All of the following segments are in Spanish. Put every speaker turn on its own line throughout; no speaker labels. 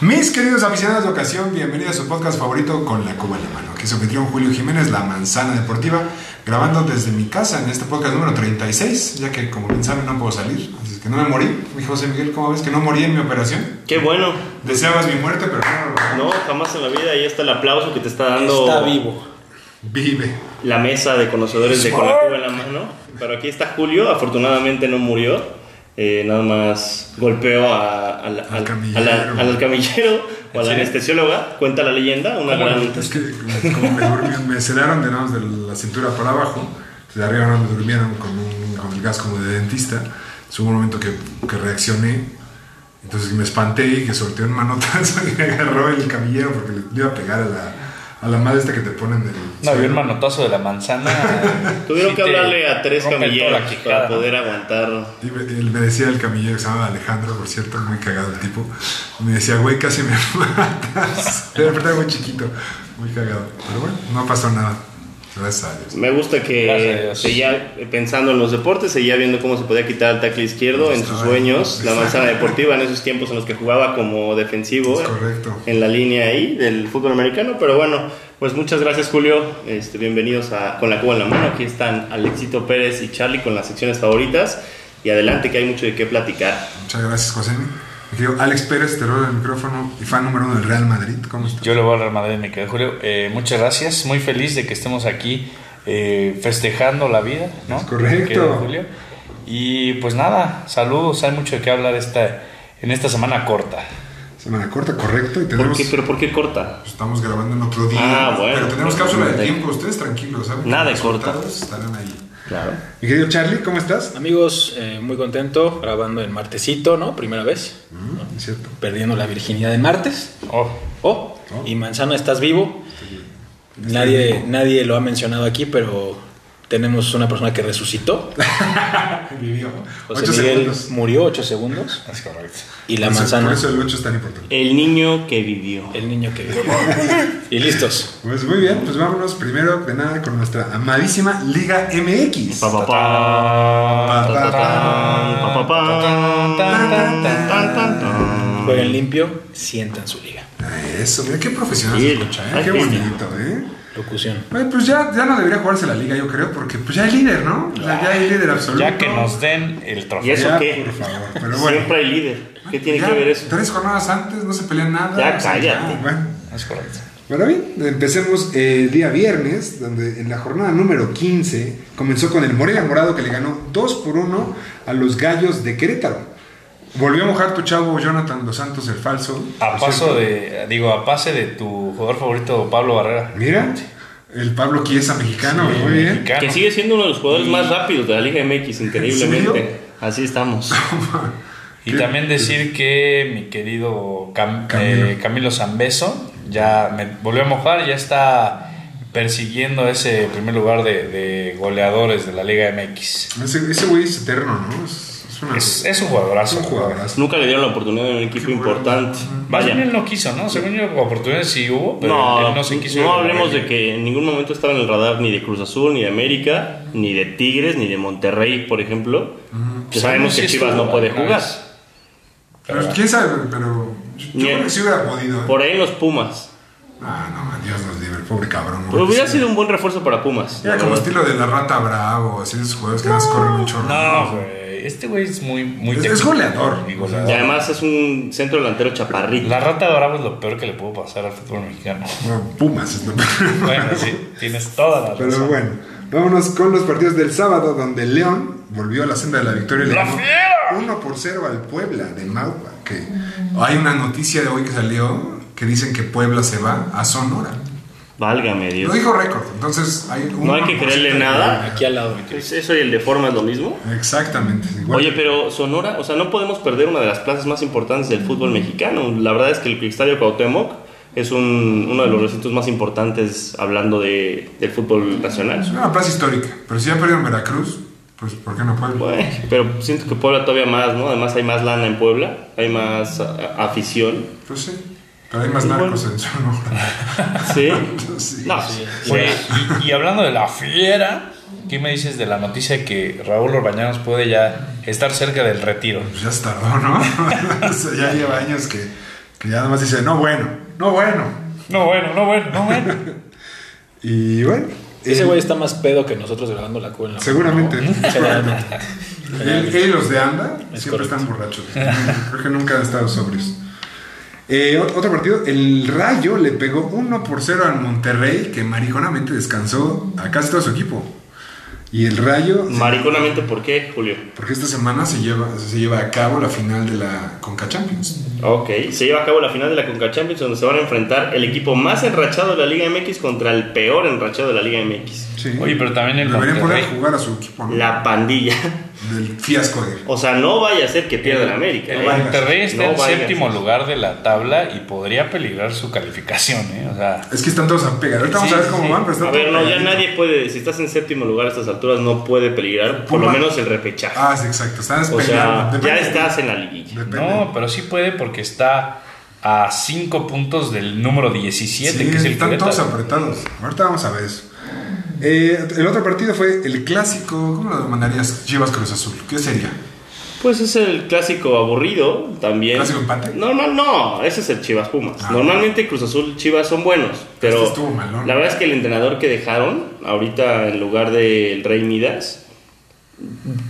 Mis queridos aficionados de ocasión, bienvenidos a su podcast favorito con la Cuba en la mano. Aquí su anfitrión Julio Jiménez, La Manzana Deportiva, grabando desde mi casa en este podcast número 36, ya que como bien saben no puedo salir, así es que no me morí. Mi José Miguel, ¿cómo ves que no morí en mi operación?
Qué bueno.
Deseabas mi muerte, pero no,
No, jamás en la vida. Ahí está el aplauso que te está dando
Está vivo.
vive.
la mesa de conocedores de Con la Cuba en la mano. Pero aquí está Julio. Afortunadamente no murió. Eh, nada más golpeó a- a la-
Al
al,
camillero.
a la- al camillero o a la anestesióloga. Cuenta la leyenda. Una gran.
Es que eh, como me durmieron, me sedaron digamos, de la cintura para abajo, de arriba no me durmieron con, un- con el gas como de dentista. Entonces, Hubo un momento que, que reaccioné, entonces me espanté y que solté un manotazo y me agarró el camillero porque le iba a pegar a la, a la madre esta que te ponen del...
No, vio el manotazo de la manzana.
Tuvieron
Sí
que
te
hablarle a tres
rompen
camilleros
toda la quijada,
para
¿no?
poder aguantar.
Y me, él me decía el camillero que se llama Alejandro, por cierto, muy cagado el tipo. Me decía, güey, casi me matas. Era un muy chiquito, muy cagado. Pero bueno, no pasó nada. Gracias a Dios.
Me gusta
Gracias a
que
Dios.
seguía pensando en los deportes, seguía viendo cómo se podía quitar el tackle izquierdo en sus
Estaba-
sueños. La manzana deportiva en esos tiempos en los que jugaba como defensivo.
Es correcto.
en la línea ahí del fútbol americano. Pero bueno, pues muchas gracias Julio. Este, bienvenidos a Con la Cuba en la mano. Aquí están Alexito Pérez y Charlie con las secciones favoritas. Y adelante que hay mucho de qué platicar.
Muchas gracias, José. Mi querido Alex Pérez, te robo el micrófono y fan número uno del Real Madrid. ¿Cómo estás?
Yo le voy a Real Madrid, mi querido Julio. Eh, muchas gracias, muy feliz de que estemos aquí eh, festejando la vida, ¿no?
Es correcto.
Mi querido Julio. Y pues nada, saludos, hay mucho de qué hablar esta, en esta semana corta.
Semana corta, correcto. Y
¿Por
tenemos. pues,
qué, ¿Pero por qué corta?
Estamos grabando en otro día.
Ah, bueno.
Pero tenemos cápsula de
Perfecto.
tiempo. Ustedes tranquilos, ¿saben?
Nada
Los
de corta.
resultados Estarán ahí.
Claro.
Mi querido Charlie, ¿cómo estás?
Amigos, eh, muy contento grabando el martesito, ¿no? Primera vez.
Mm, es cierto.
Perdiendo la virginidad en martes.
Oh,
Oh,
Oh.
y Manzana, estás vivo. Nadie, nadie lo ha mencionado aquí, pero tenemos una persona que resucitó.
Vivió.
José
Ocho
Miguel
segundos.
murió 8 segundos.
es correcto.
Y la
Por eso-
manzana,
Por eso el 8 es tan importante.
El niño que vivió.
el niño que vivió. Y listos.
Pues muy bien, pues vámonos primero de nada con nuestra amadísima Liga MX.
Pa, pa,
Pa,
pa,
pa,
ta, tan, pa, pa, pa, tan, tan, tan, tan, tan, tan.
Jueguen limpio, sientan su liga.
Eso, mira qué profesional se
Sí,
escucha, ¿eh?
ay,
Qué
Cristian.
bonito, ¿eh?
Locución.
Ay, pues ya, ya no debería jugarse la liga, yo creo, porque pues ya hay líder, ¿no? O sea, ya hay líder absoluto.
Ya que nos den el
¿Y
trofeo.
eso
Ya,
qué?
por favor, pero bueno.
Siempre hay líder. ¿Qué tiene
Ya,
que ver eso?
Tres jornadas antes, no se pelean nada.
Ya,
o sea,
cállate.
bueno.
Es correcto.
Bueno, bien, empecemos eh, el día viernes, donde en la jornada número 15 comenzó con el Morelia Morado que le ganó 2 por 1 a los Gallos de Querétaro. Volvió a mojar tu chavo Jonathan Dos Santos, el falso.
A
por
paso
cierto.
de, digo, a pase de tu jugador favorito, Pablo Barrera.
Mira, el Pablo Chiesa mexicano,
Sí,
muy bien.
mexicano.
Que sigue siendo uno de los jugadores más rápidos de la Liga MX,
¿En serio?
increíblemente. Así estamos.
Y también decir que mi querido Cam-
Camilo.
eh, Camilo Zambeso ya me volvió a mojar, ya está persiguiendo ese primer lugar de, de goleadores de la Liga MX.
Ese ese güey es eterno, ¿no? Es, es una-
Es, es un
es
jugadorazo.
un jugadorazo.
Nunca le dieron la oportunidad en un equipo
Qué bueno.
importante.
Más bien
Vaya.
él no quiso, ¿no? Según yo, oportunidades sí hubo, pero
No,
él no
no,
se quiso.
hablemos de que en ningún momento estaba en el radar ni de Cruz Azul, ni de América, ni de Tigres, ni de Monterrey, por ejemplo. Que
Pues
sabemos
sí
que Chivas
estuvo
no puede
alguna
jugar.
vez.
Pero quién sabe, pero yo yo
Ni
creo
el-
que sí hubiera podido. ¿eh?
Por ahí en los Pumas.
Ah, no, man, Dios nos libre, el pobre cabrón.
Pero
güey.
hubiera
Sí.
sido un buen refuerzo para Pumas.
Era
la
como
verdad.
estilo de la rata bravo, así de esos jugadores que nada más corren un chorro.
No, güey. Este güey es muy,
Es-
muy
es
técnico
goleador.
y goleador.
Y además es un centro delantero chaparrito.
La rata dorada es lo peor que le pudo pasar al fútbol mexicano.
Bueno, Pumas es lo peor.
Bueno, sí, tienes toda la razón.
Pero bueno, vámonos con los partidos del sábado, donde León volvió a la senda de la victoria. y Le
¡La
ganó
fiera!
1 por 0 al Puebla de Maupa. Que hay una noticia de hoy que salió que dicen que Puebla se va a Sonora.
Válgame
Lo
Dios.
dijo récord, entonces hay
No hay que creerle nada.
Aquí al lado.
¿Es ¿Eso y el de forma es lo mismo?
Exactamente. igual.
Oye, pero Sonora, o sea, no podemos perder una de las plazas más importantes del fútbol mexicano. La verdad es que el Estadio Cuauhtémoc es un- uno de los recintos más importantes hablando de, del fútbol nacional.
Es una plaza histórica. Pero si ya perdieron Veracruz, pues ¿por qué no Puebla?
Bueno, pero siento que Puebla todavía más, ¿no? Además hay más lana en Puebla, hay más a- afición.
Pues sí. Pero hay más narcos en Sonora.
Sí.
Sí.
No, pues,
Oye, y, y hablando de la fiera, ¿qué me dices de la noticia de que Raúl Orbañanos puede ya estar cerca del retiro?
Pues ya se tardó, ¿no? o sea, ya lleva años que, que ya nada más dice, no bueno, no bueno.
No, bueno, no, bueno, no, bueno.
Y bueno.
Ese
eh,
güey está más pedo que nosotros grabando la cuba en la mano,
Seguramente.
¿no? Generalmente.
Él, él y los de Anda
Es
siempre
correcto.
están borrachos. Creo que nunca han estado sobrios. Eh, ot- otro partido, el Rayo le pegó 1 por 0 al Monterrey, que marijonamente descansó a casi todo su equipo. Y el Rayo,
mariconamente, ¿por qué, Julio?
porque esta semana se lleva, se lleva a cabo la final de la Conca Champions.
Ok, se lleva a cabo la final de la Conca Champions donde se van a enfrentar el equipo más enrachado de la Liga MX contra el peor enrachado de la Liga MX.
Sí.
Oye, pero también el
Deberían poner a
Monterrey.
jugar a su equipo ¿no?
La pandilla.
del fiasco de.
O sea, no vaya a ser que pierda la América.
El
¿eh?
Monterrey está
No
en
vaya a
séptimo
ser.
lugar de la tabla y podría peligrar su calificación, ¿eh? O sea,
Es que están todos a pegar. Ahorita vamos
Sí,
a ver cómo
sí.
van, pero están
A ver,
todos
no, ya
pegaditos.
nadie puede, si estás en séptimo lugar a estas alturas, no puede peligrar, por lo
Puma.
menos el repechaje.
Ah, sí, exacto. Están
o sea,
peleando.
ya
Depende.
estás en la liguilla.
Depende.
no, pero sí puede porque está a 5 puntos del número
Sí,
17, que es el
están todos
Querétaro.
apretados. Ahorita vamos a ver eso. Eh, el otro partido fue el clásico. ¿Cómo lo mandarías? Chivas Cruz Azul. ¿Qué sería?
Pues es el clásico aburrido también.
¿Clásico empate?
Normal, no, ese es el Chivas Pumas.
Ah.
Normalmente Cruz Azul Chivas son buenos, pero
Este estuvo malón.
la verdad es que el entrenador que dejaron ahorita en lugar del Rey Midas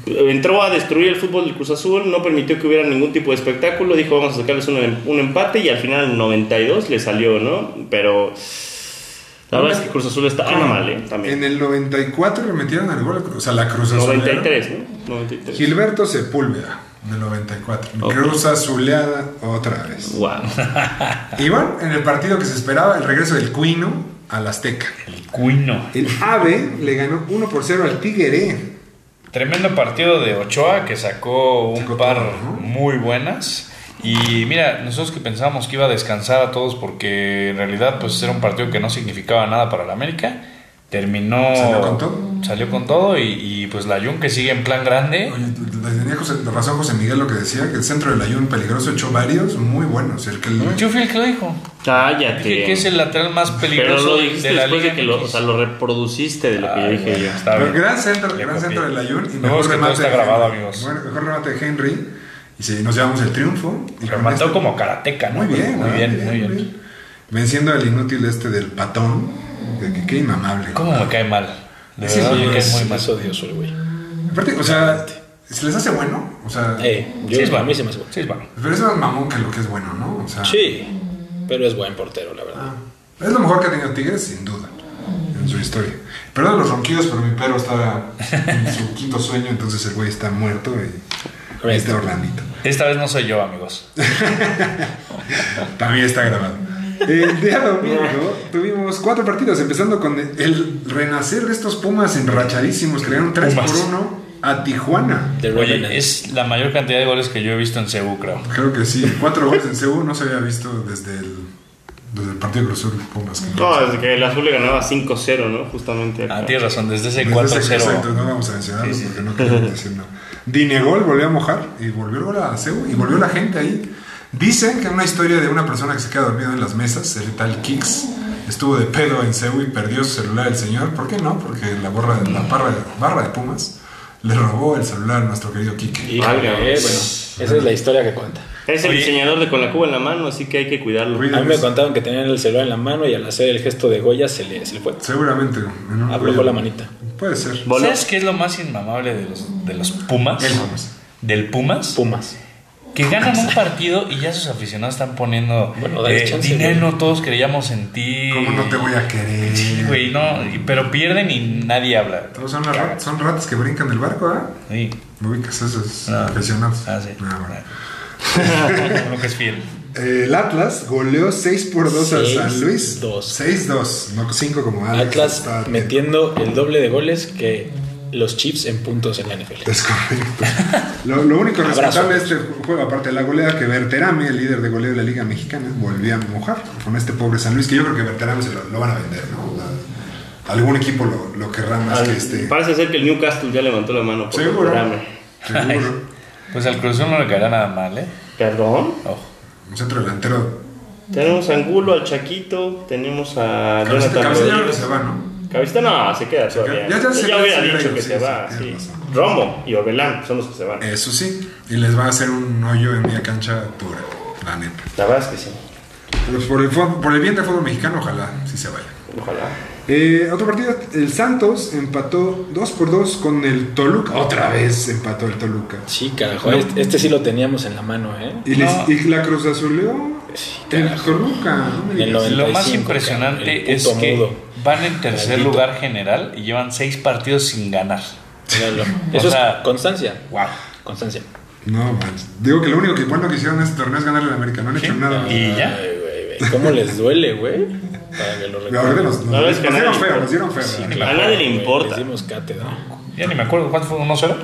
entró a destruir el fútbol del Cruz Azul, no permitió que hubiera ningún tipo de espectáculo, dijo vamos a sacarles un, un empate y al final el 92 le salió, ¿no? Pero la verdad es que Cruz Azul está anda mal, ¿eh?
Ah, En
También.
el 94 le metieron el gol. a Cruz- O sea, la Cruz Azul.
93, ¿no? 93.
Gilberto Sepúlveda. En el 94.
Ok.
Cruz Azuleada otra vez.
Wow.
Y bueno, en el partido que se esperaba, el regreso del Cuino al Azteca.
El Cuino.
El AVE le ganó 1 por 0 al Tigre.
Tremendo partido de Ochoa que sacó un
Sacó
par
todo, ¿no?
muy buenas. Y mira, nosotros que pensábamos que iba a descansar a todos porque en realidad pues era un partido que no significaba nada para la América. Terminó...
¿Salió con todo?
Salió con todo y, y, pues la Jun que sigue en plan grande.
Oye, t- t- tenía José- razón José Miguel lo que decía, que el centro del Ayun peligroso echó varios muy buenos. El que el-
Yo fui el que lo dijo.
Cállate.
Dije que es el lateral más
Pero
peligroso
lo
de
dijiste
la
después
liga.
de que lo,
MX.
o sea, lo reproduciste de lo que yo
Ay,
dije
bueno,
yo.
está
Pero
bien.
gran centro,
Le
gran
copié.
centro del Ayun y
No,
mejor
es que todo
remate.
está
de
grabado,
Henry.
amigos.
Bueno, mejor remate de Henry y se- nos llevamos el triunfo. Y con
Remató
este-
como karateca, ¿no?
Muy bien,
muy
¿no?
bien, muy bien.
Venciendo al inútil este del patón. de que- Qué inmamable.
¿Cómo me cae mal? De
Sí,
verdad
sí,
me cae muy
Es
mal.
más odioso el güey.
Aparte, o sea, ¿se les hace bueno? O sea,
Eh, yo,
Sí, es
a
bueno.
mí se me hace bueno.
Sí, es bueno.
pero es más mamón que lo que es bueno, ¿no? O sea,
Sí, pero es buen portero, la verdad.
Es lo mejor que ha tenido Tigres, sin duda, en su historia. Perdón los ronquidos, pero mi perro está en su quinto sueño, entonces el güey está muerto y, y está Orlandito.
Esta vez no soy yo, amigos.
También está grabado. El día domingo tuvimos cuatro partidos, empezando con el renacer de estos Pumas enrachadísimos, que le ganaron 3
Pumas.
por 1 a Tijuana.
The Revenant.
Oye, es la mayor cantidad de goles que yo he visto en Cebu, creo.
Creo que sí, cuatro goles en Seúl no se había visto desde el, desde el partido Cruz Azul Pumas. que
No, desde que el azul le ganaba 5-0, ¿no? Justamente. acá.
Ah, tienes razón, desde ese
Desde ese- exacto,
4-0.
no vamos a mencionarlos porque no queremos decir nada. Dinegol volvió a mojar y volvió el gol a Ceu y volvió la gente ahí. Dicen que una historia de una persona que se queda dormida en las mesas, el tal Kix, estuvo de pedo en Ceu y perdió su celular el señor. ¿Por qué no? Porque la, borra, la barra, barra de Pumas le robó el celular a nuestro querido Kike.
Híjole,
Válgame.
eh, bueno,
pues.
esa es la historia que cuenta.
Es el
Oye.
diseñador de con la cuba en la mano, así que hay que cuidarlo.
A mí me contaron que tenían el celular en la mano y al hacer el gesto de Goya se le, se le fue.
Seguramente. en un
Aflojó
cuello.
la manita.
Puede ser.
Voló.
¿Sabes qué es lo más inmamable de los, de los Pumas?
El Pumas.
Del Pumas.
Pumas.
Que ganan un partido y ya sus aficionados están poniendo
Bueno, dale
eh,
chance,
dinero, todos creíamos en ti.
¿Cómo no te voy a querer?
Sí, güey, no, y- pero pierden y nadie habla.
Todos son, las rat- son ratas que brincan del barco, ¿ah?
Sí.
¿Me ubicas esos
No.
aficionados?
Ah, sí.
Ah, bueno. Eh,
Lo que es fiel.
El Atlas goleó 6 por 2 al
Seis,
San Luis.
dos.
6-2, no 5 como Alex.
Atlas
Está atento.
metiendo el doble de goles que los Chiefs en puntos en la NFL.
Es correcto. Lo, lo único respetable de este juego, aparte de la goleada, que Berterame, el líder de goleo de la Liga Mexicana, volvió a mojar con este pobre San Luis, que yo creo que Berterame se lo, lo van a vender, ¿no? O sea, algún equipo lo, lo querrá más
Al-
que este.
Parece ser que el Newcastle ya levantó la mano por
Seguro.
Berterame.
Seguro.
Pues al Cruz Azul no le caerá nada mal, ¿eh?
Perdón.
Ojo.
Un centro delantero.
Tenemos a Angulo, al Chaquito, tenemos a
Cabecita,
Jonathan
cabecita
Rodríguez.
se va, este ¿no?
Cabecita no, se queda todavía.
queda. Ya- ya se- ya
hubiera
se hubiera
dicho
ido,
que
sí,
se
sí,
va, sí.
tienes razón.
Romo y Orbelán son los que se van.
Eso sí. Y les va a hacer un hoyo en media cancha dura, la neta.
La verdad es que sí.
Pero por el, fut- por el bien del fútbol mexicano, ojalá sí se vaya.
Ojalá.
Eh, otro partido, el Santos empató 2 por 2 con el Toluca. Otra vez empató el Toluca.
Sí, carajo. Este, este sí lo teníamos en la mano, ¿eh?
Y, les- y la Cruz Azul el
carajo.
Toluca. no me
En el
digas.
95,
Lo más
cabrón, el
impresionante es
punto
que
mudo.
van en tercer
Maldito.
lugar general y llevan seis partidos sin ganar.
Míralo.
O
Eso
sea-
es constancia.
Wow.
Constancia.
No, man. Digo que lo único que bueno que hicieron en este torneo es ganar el América. No han hecho nada.
Y- ya.
Ay, güey, güey. ¿Cómo les duele, güey? Para que lo
La verdad,
recuerden.
nos, nos-
La verdad es que
nos dieron
nadie-
feo, nos dieron feo. la verdad.
A nadie le
Güey, Les
importa.
dimos cátedra.
Ya ni me acuerdo cuánto fue 1-0.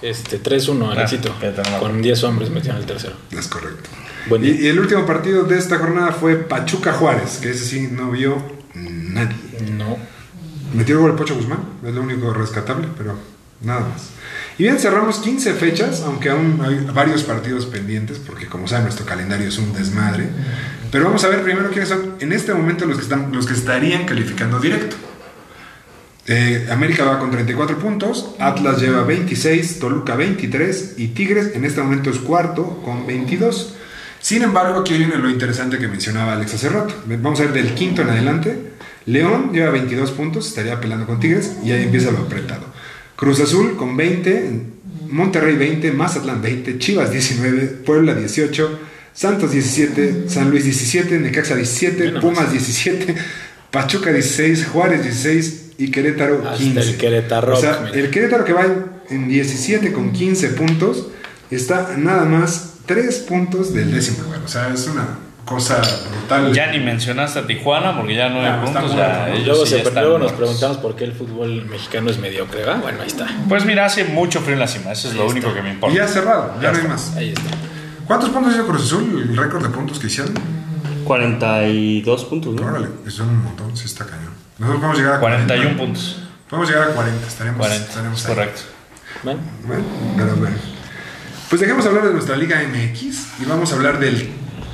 Este, 3-1 al
Ah,
éxito.
ya tenemos.
Con 10 hombres metieron el tercero.
Es correcto.
Buen
Y,
día.
y el último partido de esta jornada fue Pachuca Juárez, que ese sí no vio nadie.
No.
Metió el gol Pocho Guzmán, es lo único rescatable, pero nada más. Y bien, cerramos 15 fechas, aunque aún hay varios partidos pendientes, porque como saben, nuestro calendario es un desmadre. Pero vamos a ver primero quiénes son en este momento los que, están, los que estarían calificando directo. Eh, América va con 34 puntos, Atlas lleva 26, Toluca 23 y Tigres en este momento es cuarto con 22. Sin embargo, aquí viene lo interesante que mencionaba Alex hace rato. Vamos a ver del quinto en adelante. León lleva 22 puntos, estaría peleando con Tigres y ahí empieza lo apretado. Cruz Azul con 20, Monterrey 20, Mazatlán 20, Chivas 19, Puebla 18, Santos 17, San Luis 17, Necaxa 17,
Mira nomás.
Pumas 17, Pachuca 16, Juárez 16 y Querétaro
Hasta
15.
el Querétaro,
O sea,
mira.
el Querétaro que va en, en 17 con 15 puntos está nada más 3 puntos del décimo lugar. O sea, es una cosa brutal.
Ya ni mencionaste a Tijuana porque ya nueve
Ya, está
puntos.
muerto,
ya
¿no?
ellos
Luego,
Pues sí
se-
ya están
luego nos
muertos.
preguntamos por qué el fútbol mexicano es mediocre, ¿va? Bueno, ahí está.
Pues mira, hace mucho frío en la cima. Eso es lo
Ahí
único
está.
que me
Y ya
importa.
cerrado, ya no hay más.
Ahí está.
¿Cuántos puntos hizo Cruz Azul? El récord de puntos que hicieron.
42 puntos, ¿no?
Órale, es un montón, sí está cañón. Nosotros podemos llegar a
41 puntos.
Podemos llegar a 40, estaremos,
40.
Pues estaremos
Es
ahí.
correcto.
Bueno,
Bueno, pero bueno. Pues dejemos hablar de nuestra Liga MX y vamos a hablar del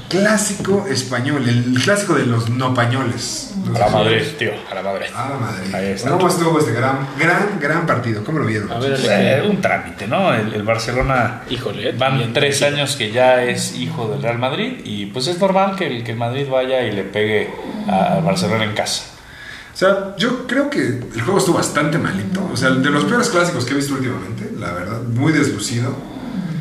clásico español, el clásico de los no pañoles.
A la madre, tío. A la madre.
Ah, madre.
Ahí está.
¿Cómo estuvo este gran, gran, gran partido? ¿Cómo lo vieron?
a ver,
Eh,
Alex.
un trámite, ¿no? El, el Barcelona.
Híjole, eh,
Van
bien
tres
merecido.
años que ya es hijo del Real Madrid y pues es normal que el, que el Madrid vaya y le pegue a- al Barcelona en casa.
O sea, yo creo que el juego estuvo bastante malito. O sea, de los peores clásicos que he visto últimamente, la verdad, muy deslucido.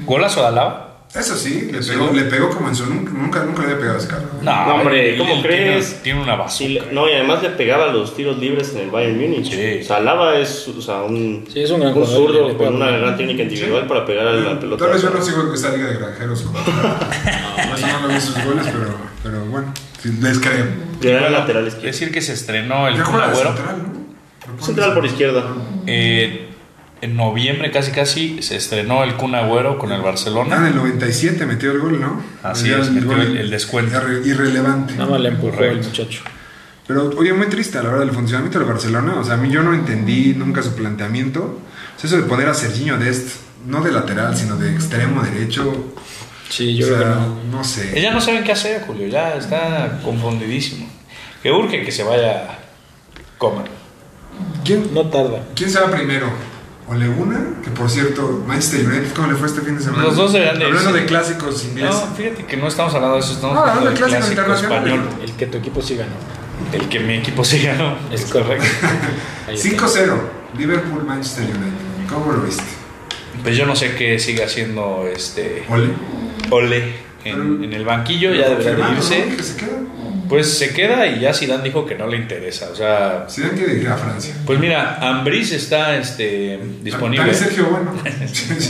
¿Golazo de Alaba?
Eso sí, le pegó, le pegó como en su nunca, nunca, nunca le había pegado a ese cabrón.
No,
No, hombre,
él-
¿cómo
él
crees?
Tiene, tiene una basura.
Sí, le- no, y además le pegaba los tiros libres en el Bayern Múnich.
Sí.
O sea, Lava es o sea, un,
Sí, es un gran jugador, le
zurdo
pega
con una
muy bien.
gran técnica individual para pegar a la pelota.
Tal vez yo no sigo esta liga de granjeros. como- Por eso no lo vi sus goles, pero, pero bueno, sí, les creo.
Gran
Bueno,
lateral izquierdo.
Decir que se estrenó el
Ya
Kun
juega de
Agüero.
central, ¿no? Lo
Central por
pones-
izquierda.
Eh, en noviembre casi casi se estrenó el Kun Agüero con el
Ah, en
Barcelona.
el 97 metió el gol, ¿no?
Así
Ya
es,
el
metió
gol
el- el descuento.
irre- irrelevante.
nada más le empujó
Correcto.
el muchacho.
Pero, oye, muy triste a la hora del funcionamiento del Barcelona. O sea, a mí yo no entendí nunca su planteamiento. O sea, eso de poner a Serginho Dest, no de lateral, sino de extremo derecho.
Sí, yo
o sea,
creo que no.
no sé.
Ella Eh, no saben qué hacer, Julio. Ya está confundidísimo. Que urge que se vaya Coman.
¿Quién,
No tarda.
¿Quién se va primero? Oleguna, que por cierto, Manchester United, ¿cómo le fue este fin de semana?
Los dos deberían de
Hablando
irse.
de clásicos
No,
ingleses.
fíjate que no estamos hablando de eso. Estamos
No,
hablando del
hablando del clásico
clásico
internacional.
español.
El que tu equipo sí ganó.
El que mi equipo se ganó.
Es correcto. Ahí está.
5-0, Liverpool, Manchester United. ¿Cómo lo viste?
Pues yo no sé qué siga haciendo este
Ole.
Ole en, en el banquillo. Ya debería de irse.
¿Que se queda?
Pues se queda y ya Zidane dijo que no le interesa. O sea,
Si dan quiere ir a Francia.
pues mira, Ambris está este, disponible.
También Sergio, bueno.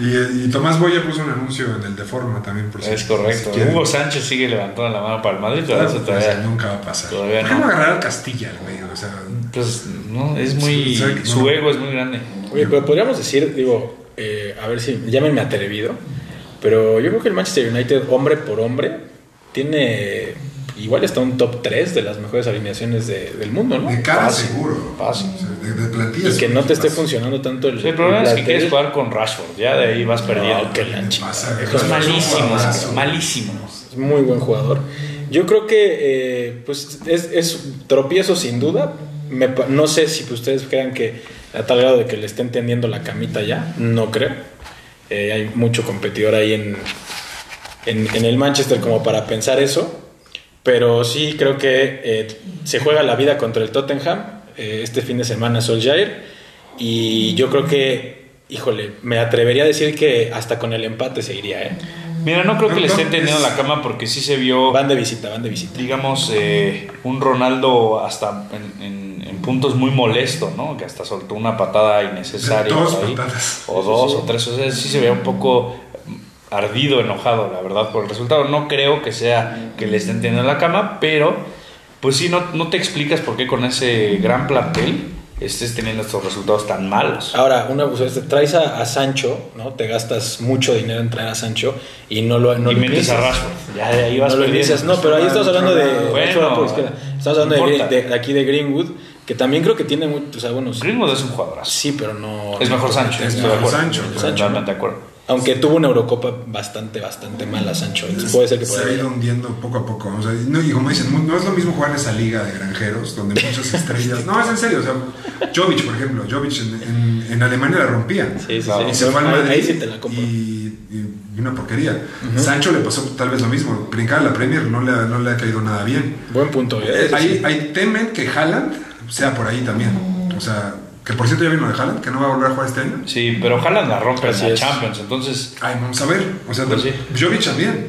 y, y Tomás Boya puso un anuncio en el de forma también, por
Es
si-
correcto.
si quieren.
Hugo Sánchez sigue levantando la mano para el Madrid, pero eso
Claro,
todavía
pues, nunca va a pasar.
todavía
¿Por qué
no.
no agarrar al Castilla, güey? O sea,
Pues no, es muy.
Sí, sí,
Su
no.
ego es muy grande.
Oye, pero podríamos decir, digo, eh, a ver si llámenme atrevido, pero yo creo que el Manchester United, hombre por hombre, tiene igual está un top 3 de las mejores alineaciones de- del mundo, ¿no?
de cara
Fácil,
seguro.
fácil.
O sea, de, de plantilla.
Y que
seguro
no te esté
fácil.
funcionando tanto el.
El problema
el
es que
plantel.
quieres jugar con Rashford, ya de ahí vas perdiendo.
No, que la chi-
Pasa, güey.
es malísimo,
Es un
es
jugadorazo.
malísimo.
Es muy buen jugador. Yo creo que eh, pues es, es tropiezo sin duda. Me pa- no sé si ustedes crean que a tal grado de que le estén tendiendo la camita ya. No creo. Eh, hay mucho competidor ahí en, en, en el Manchester como para pensar eso. Pero sí creo que eh, se juega la vida contra el Tottenham. eh, este fin de semana Solskjaer. Y yo creo que, híjole, me atrevería a decir que hasta con el empate se iría. ¿eh?
Mira, no creo que le estén
Entonces-
teniendo la cama porque sí se vio,
Van de visita, van de visita.
digamos, eh, un Ronaldo hasta en, en- en puntos muy molesto, ¿no? Que hasta soltó una patada innecesaria.
Dos
por ahí.
patadas.
O dos o tres. O sea, sí se veía un poco ardido, enojado, la verdad, por el resultado. No creo que sea que le estén teniendo la cama, pero pues sí, no, no te explicas por qué con ese gran plantel estés teniendo estos resultados tan malos.
Ahora, una pues, este, traes a, a Sancho, ¿no? Te gastas mucho dinero en traer a Sancho y no lo no
y
lo
metes a
inicias.
Rashford. Ya de ahí vas
No lo
perdiendo.
inicias, no, pero ahí estamos hablando de ah,
Bueno,
de fuera por izquierda. Estamos hablando
no
de-
importa.
de, de aquí de Greenwood, que también creo que tiene mucho, o sea, bueno, sí,
Greenwood es un jugadorazo.
sí, pero no
Es mejor Sancho.
Es
estoy de
mejor
acuerdo.
Sancho,
Estoy
Sancho.
Totalmente de acuerdo.
Aunque tuvo una Eurocopa bastante bastante mala Sancho, entonces puede ser que por
se ha
ahí-
ido hundiendo poco a poco. O sea, no, y como dicen, no es lo mismo jugar en esa liga de granjeros donde muchas estrellas. No, es en serio. O sea, Jovic, por ejemplo, Jovic en, en- en Alemania la rompían.
Sí, sí,
Claro.
sí.
Y se fue al
Ahí-
Madrid.
Ahí sí te la compro.
Y, y- y una porquería. Sancho le pasó tal vez lo mismo. Brincar a la Premier no le, ha- no le ha caído nada bien.
Buen punto, ¿eh?
Eh, ahí, ahí temen que Haaland sea por ahí también. O sea, que por cierto ya vino de Haaland, que no va a volver a jugar este año.
Sí, pero Haaland la rompe
Así
en la
es.
Champions, entonces.
Ay, vamos a ver. O sea,
Pues sí.
Jovic también.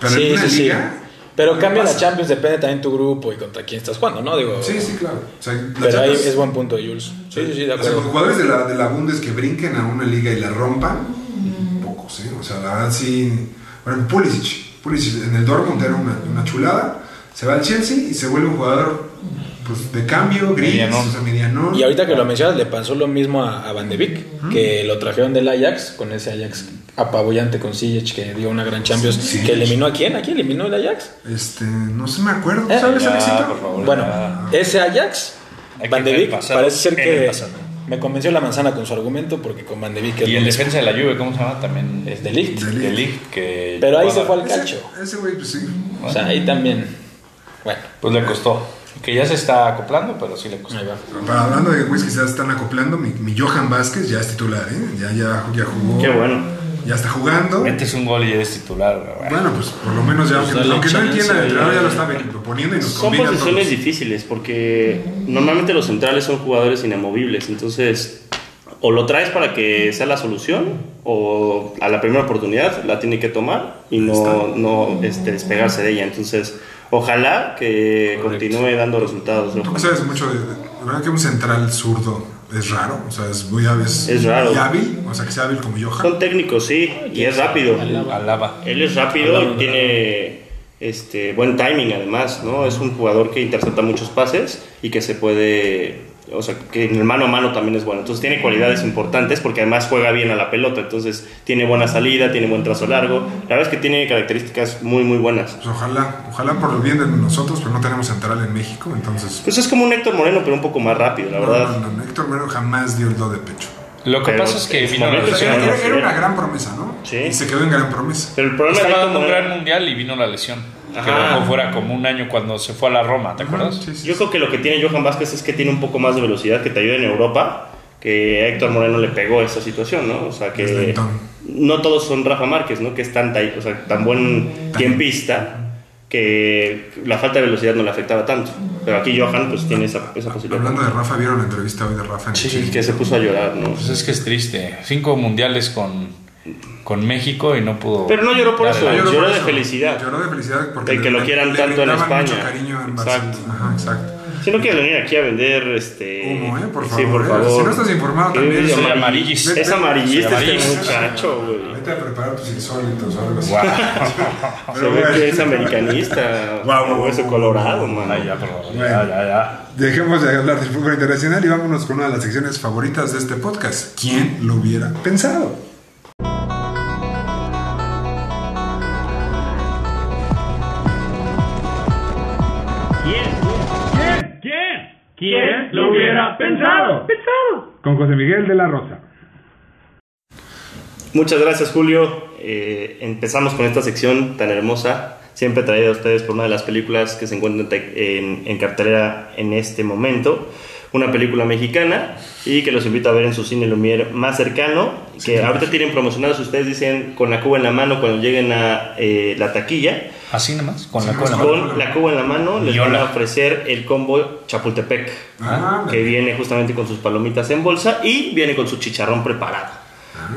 Pero en
sí,
una
sí, sí.
liga.
Pero
¿qué
cambia la
pasa?
Champions, depende también tu grupo y contra quién estás jugando, ¿no? Digo,
Sí, sí, claro. O sea, la
pero ahí
Champions-
es buen punto, Jules. Sí, sí, sí, de
O sea,
acuerdo.
los jugadores de la, de la Bundes que brinquen a una liga y la rompan, pocos, ¿eh? O sea, la verdad sí. Bueno, Pulisic, Pulisic en el Dortmund era una, una chulada, se va al Chelsea y se vuelve un jugador pues, de cambio, gris,
Medianón.
o sea, medianón.
Y ahorita que lo mencionas, le pasó lo mismo a, a Van de Beek, que lo trajeron del Ajax, con ese Ajax apabullante con Sijic, que dio una gran Champions,
Sí.
que eliminó a quién, a quién eliminó el Ajax.
Este, no se me acuerdo,
Eh,
¿sabes,
ya,
Alexito?
por favor,
Bueno,
ya.
ese Ajax,
Hay que
Van de
ver el
Beek,
pasado,
parece ser
en el
que
pasado.
me convenció la manzana con su argumento, porque con Van de Beek es
Y
lo
el
mismo.
defensa de la Juve, ¿cómo se llama? También.
Es De Ligt.
De Ligt.
De Ligt, que
Pero ahí
jugaba-
se fue al
Ese-
cacho.
Ese güey, pues sí.
O sea, ahí también. Bueno,
Pues le costó. Que ya se está acoplando, pero sí le costó.
ahí va.
Pero hablando de güeyes que se están acoplando, mi, mi Johan Vázquez ya es titular, ¿eh? Ya, ya, ya jugó.
Qué bueno.
Ya está jugando.
Metes un gol y eres titular. güey.
Bueno, pues por lo menos ya,
Pues
aunque,
dale
aunque no
chance,
entienda el entrenador, ya
eh.
lo está proponiendo y nos
Son
conviene a todos.
posiciones difíciles porque normalmente los centrales son jugadores inamovibles, entonces o lo traes para que sea la solución o a la primera oportunidad la tiene que tomar y no, no este, despegarse de ella. Entonces, ojalá que continúe dando resultados.
Tú
ojalá.
que sabes mucho de. La verdad que un central zurdo es raro, o sea, es muy hábil.
Es raro.
Y hábil, o sea, que sea hábil como Johan.
Son técnicos, sí, y es rápido.
Alaba.
Él es rápido y tiene este, buen timing además, ¿no? Es un jugador que intercepta muchos pases y que se puede, o sea, que en el mano a mano también es bueno. Entonces tiene cualidades importantes porque además juega bien a la pelota, entonces tiene buena salida, tiene buen trazo largo. La verdad es que tiene características muy, muy buenas.
Pues ojalá, ojalá por el bien de nosotros, pero no tenemos central en México, entonces.
Pues es como un Héctor Moreno, pero un poco más rápido, la
No,
verdad.
no, no, Héctor Moreno jamás dio el do de pecho.
Lo que
Pero
pasa es que
en su
vino la
O
momento
sea,
Sí,
era,
lesión.
no,
era- era
sí.
una gran promesa, ¿no?
Sí.
Y se quedó en gran promesa.
Pero el problema
Estaba
de Héctor
dando un
Moreno-
gran mundial y vino la lesión. Que lo
Ajá.
dejó fuera como un año cuando se fue a la Roma, ¿te acuerdas?
Sí, sí.
Yo creo que lo que tiene Johan Vázquez es que tiene un poco más de velocidad que te ayuda en Europa, que a Héctor Moreno le pegó esa situación, ¿no? O sea,
Es
que
lentón.
no todos son Rafa Márquez, ¿no? Que es tan, tai- o sea, tan buen tiempista que la falta de velocidad no le afectaba tanto. Pero aquí Johan pues tiene esa, esa posibilidad.
Hablando de Pues, Rafa, ¿vieron la entrevista hoy de Rafa en
Sí,
Chile? eh,
Que se puso a llorar, ¿no?
Pues es que es triste. Cinco mundiales con con México y no pudo.
Pero no lloró por
dar el
eso,
ancho.
Lloró
lloró
por
de
eso.
felicidad.
Lloró de felicidad porque
De que lo quieran
le
tanto en
brindaban mucho
España.
cariño en
Exacto.
Barcelona. Ajá, exacto.
Si no quieres venir aquí a vender este.
Humo, ¿eh? Por
Sí,
favor,
por
¿eh?
favor.
Si no estás informado
Sí,
también,
es
soy
amarillista.
amarillista. Es
Vete-
soy
amarillista este
amarillista.
muchacho, güey.
Vete a preparar tus insólitos o algo así.
Guau.
Se
Pero
ve
bueno.
que es americanista.
Guau, guau,
hueso
guau,
colorado,
guau,
man.
Ay, ya, por favor,
Bueno.
ya, ya, ya.
Dejemos de hablar del fútbol internacional y vámonos con una de las secciones favoritas de este podcast. ¿Quién lo hubiera pensado?
¿Quién lo hubiera pensado?
Con José Miguel de la Rosa.
Muchas gracias, Julio. Eh, empezamos con esta sección tan hermosa, siempre traída a ustedes por una de las películas que se encuentran te- en, en cartelera en este momento. Una película mexicana y que los invito a ver en su cine Lumière más cercano. Que ahorita tienen promocionados, ustedes dicen con la cuba en la mano cuando lleguen a eh, la taquilla.
Así nomás, con la
Sí,
cola. Ah,
Con la cuba en la mano les van a
Yola.
ofrecer el combo Chapultepec,
Ah,
que viene justamente con sus palomitas en bolsa y viene con su chicharrón preparado.
Ah.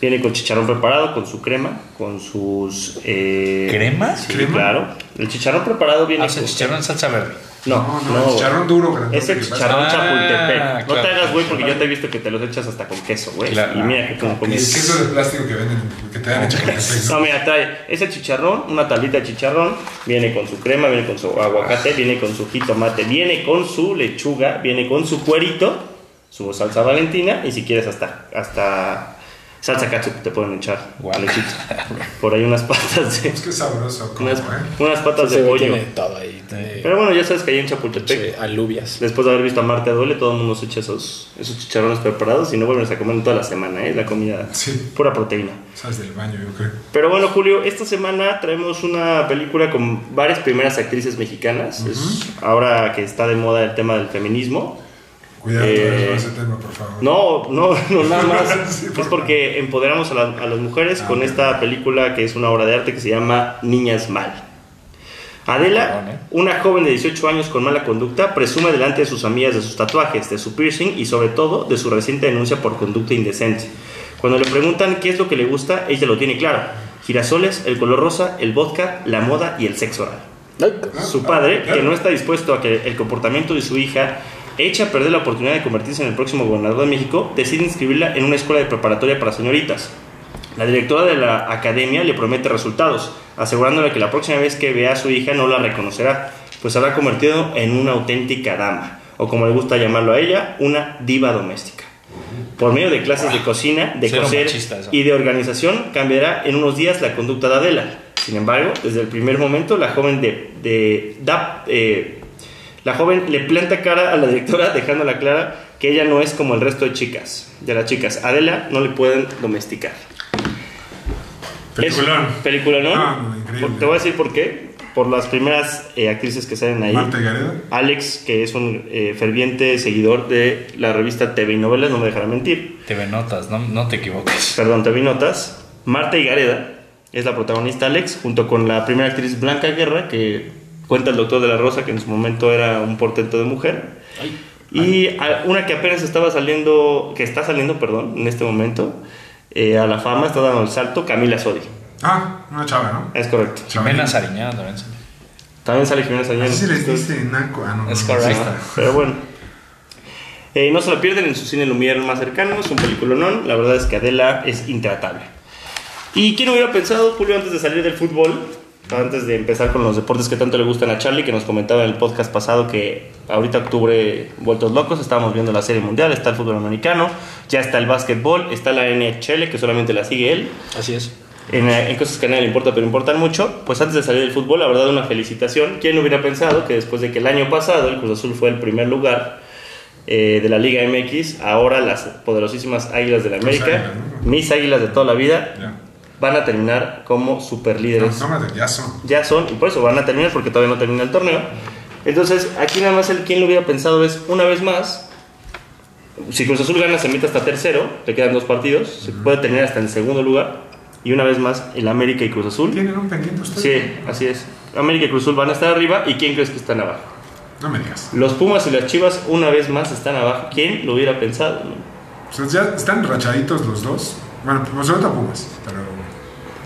Viene con chicharrón preparado, con su crema, con sus... eh,
¿Crema? Ah, pues.
Sí,
¿Crema?
claro. El chicharrón preparado viene
Hace
con...
chicharrón en salsa verde.
No,
No, no,
no,
el chicharrón duro, grandote,
Es el
que pasa.
chicharrón
Ah,
chapultepec. No te
claro.
hagas, güey, porque yo te he visto que te los echas hasta con queso, güey.
Claro.
Y mira que como
El
comes...
queso de plástico que venden, que te dan hecho con el peso.
No, mira, trae ese chicharrón, una tablita de chicharrón, viene con su crema, viene con su aguacate, viene con su jitomate, viene con su lechuga, viene con su cuerito, su salsa valentina y si quieres hasta, hasta salsa ketchup te pueden echar.
Guau.
Alexita. Por ahí unas patas de,
Es que es sabroso, como,
unas,
¿eh?
unas patas
Ese
de
güey
pollo.
tiene todo ahí. tiene
Pero bueno, ya sabes que ahí en Chapultepec
che, alubias.
Después de haber visto a Marte Duele, todo el mundo se echa esos, esos chicharrones preparados y no vuelven a comer en toda la semana, ¿eh? La comida
Sí.
pura proteína.
Sales del baño, yo creo.
Pero bueno, Julio, esta semana traemos una película con varias primeras actrices mexicanas. Es ahora que está de moda el tema del feminismo.
Cuidado
Eh,
con ese tema, por favor.
No, no, no, nada más.
Sí, por Ah,
es porque empoderamos a, la- a las mujeres con esta película que es una obra de arte que se llama Niñas Mal.
Perdón, ¿eh?
Adela, una joven de 18 años con mala conducta, presume delante de sus amigas de sus tatuajes, de su piercing y sobre todo de su reciente denuncia por conducta indecente. Cuando le preguntan qué es lo que le gusta, ella lo tiene claro. Girasoles, el color rosa, el vodka, la moda y el sexo oral. Su padre, que no está dispuesto a que el comportamiento de su hija eche a perder la oportunidad de convertirse en el próximo gobernador de México, decide inscribirla en una escuela de preparatoria para señoritas. La directora de la academia le promete resultados, asegurándole que la próxima vez que vea a su hija no la reconocerá, pues se habrá convertido en una auténtica dama, o como le gusta llamarlo a ella, una diva doméstica. Por medio de clases de cocina, de
Cero
coser
machista eso.
y de organización, cambiará en unos días la conducta de Adela. Sin embargo, desde el primer momento, la joven de, de- da- eh, la joven le planta cara a la directora, dejándola clara que ella no es como el resto de chicas, de las chicas. Adela no le pueden domesticar.
Peliculón.
Es- Peliculón.
Ah, increíble.
Por- Te voy a decir por qué. Por las primeras eh, actrices que salen ahí.
Marta Gareda.
Alex, que es un eh, ferviente seguidor de la revista TV y Novelas, no me dejará mentir.
Te ve notas, no, no te equivoques.
Perdón, TV y Notas. Marta Higareda es la protagonista Alex, junto con la primera actriz Blanca Guerra, que cuenta el doctor de la Rosa, que en su momento era un portento de mujer. Y a- una que apenas estaba saliendo, que está saliendo, perdón, en este momento, eh, a la fama, está dando el salto, Camila Sodi.
Ah, una chava, ¿no?
Es correcto.
Jimena Sariñana también.
También sale Jimena Sariñana.
Así se les dice naco. Ah, no.
Es
no, no,
correcto.
no.
Pero bueno. Eh, no se la pierden en su cine Lumière más cercano, es un peliculonón. La verdad es que Adela es intratable. ¿Y quién hubiera pensado, Julio, antes de salir del fútbol, antes de empezar con los deportes que tanto le gustan a Charlie, que nos comentaba en el podcast pasado que ahorita octubre, vueltos locos, estábamos viendo la Serie Mundial, está el fútbol americano, ya está el básquetbol, está la NHL, que solamente la sigue él
Así es.
en, eh, en cosas que a nadie le importa, pero importan mucho, pues antes de salir del fútbol, la verdad, una felicitación. ¿Quién hubiera pensado que después de que el año pasado el Cruz Azul fue el primer lugar eh, de la Liga MX, ahora las poderosísimas Águilas del América,
águilas,
mis Águilas de toda la vida,
Ya.
van a terminar como
No,
superlíderes?
tómate, ya son.
Ya son, y por eso van a terminar, porque todavía no termina el torneo. Entonces, aquí nada más el quien lo hubiera pensado es, una vez más, si Cruz Azul gana, se mete hasta tercero, le quedan dos partidos, se puede tener hasta en segundo lugar, y una vez más, el América y Cruz Azul.
¿Tienen un pendiente ustedes?
Sí, así es. América y Cruz Azul van a estar arriba, ¿y quién crees que están abajo?
No me digas.
Los Pumas y las Chivas, una vez más, están abajo. ¿Quién lo hubiera pensado? no?
O sea, ya están rachaditos los dos. Bueno, pues ahorita Pumas, pero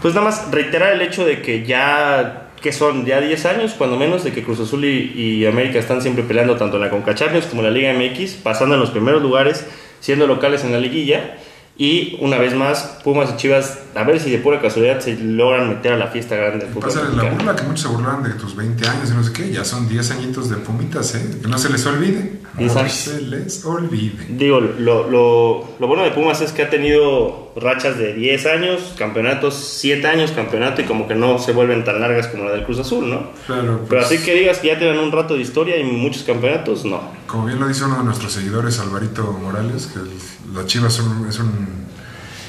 Pues nada más reiterar el hecho de que ya, que son ya 10 años, cuando menos, de que Cruz Azul y, y América están siempre peleando tanto en la Conca Champions como en la Liga MX, pasando en los primeros lugares, siendo locales en la liguilla. Y una vez más, Pumas y Chivas, a ver si de pura casualidad se logran meter a la fiesta grande del fútbol.
pasa la
mexicano.
burla que muchos se burlaron de tus 20 años y no sé qué, ya son 10 añitos de Pumitas, ¿eh? Que no se les olvide.
Diez
No
años.
se les olvide.
Digo, lo, lo- lo bueno de Pumas es que ha tenido rachas de 10 años, campeonatos, 7 años campeonato y como que no se vuelven tan largas como la del Cruz Azul, ¿no?
Pero, pues,
Pero así que digas que ya tienen un rato de historia y muchos campeonatos, no.
Como bien lo dice uno de nuestros seguidores, Alvarito Morales, que el- las Chivas son, es, un,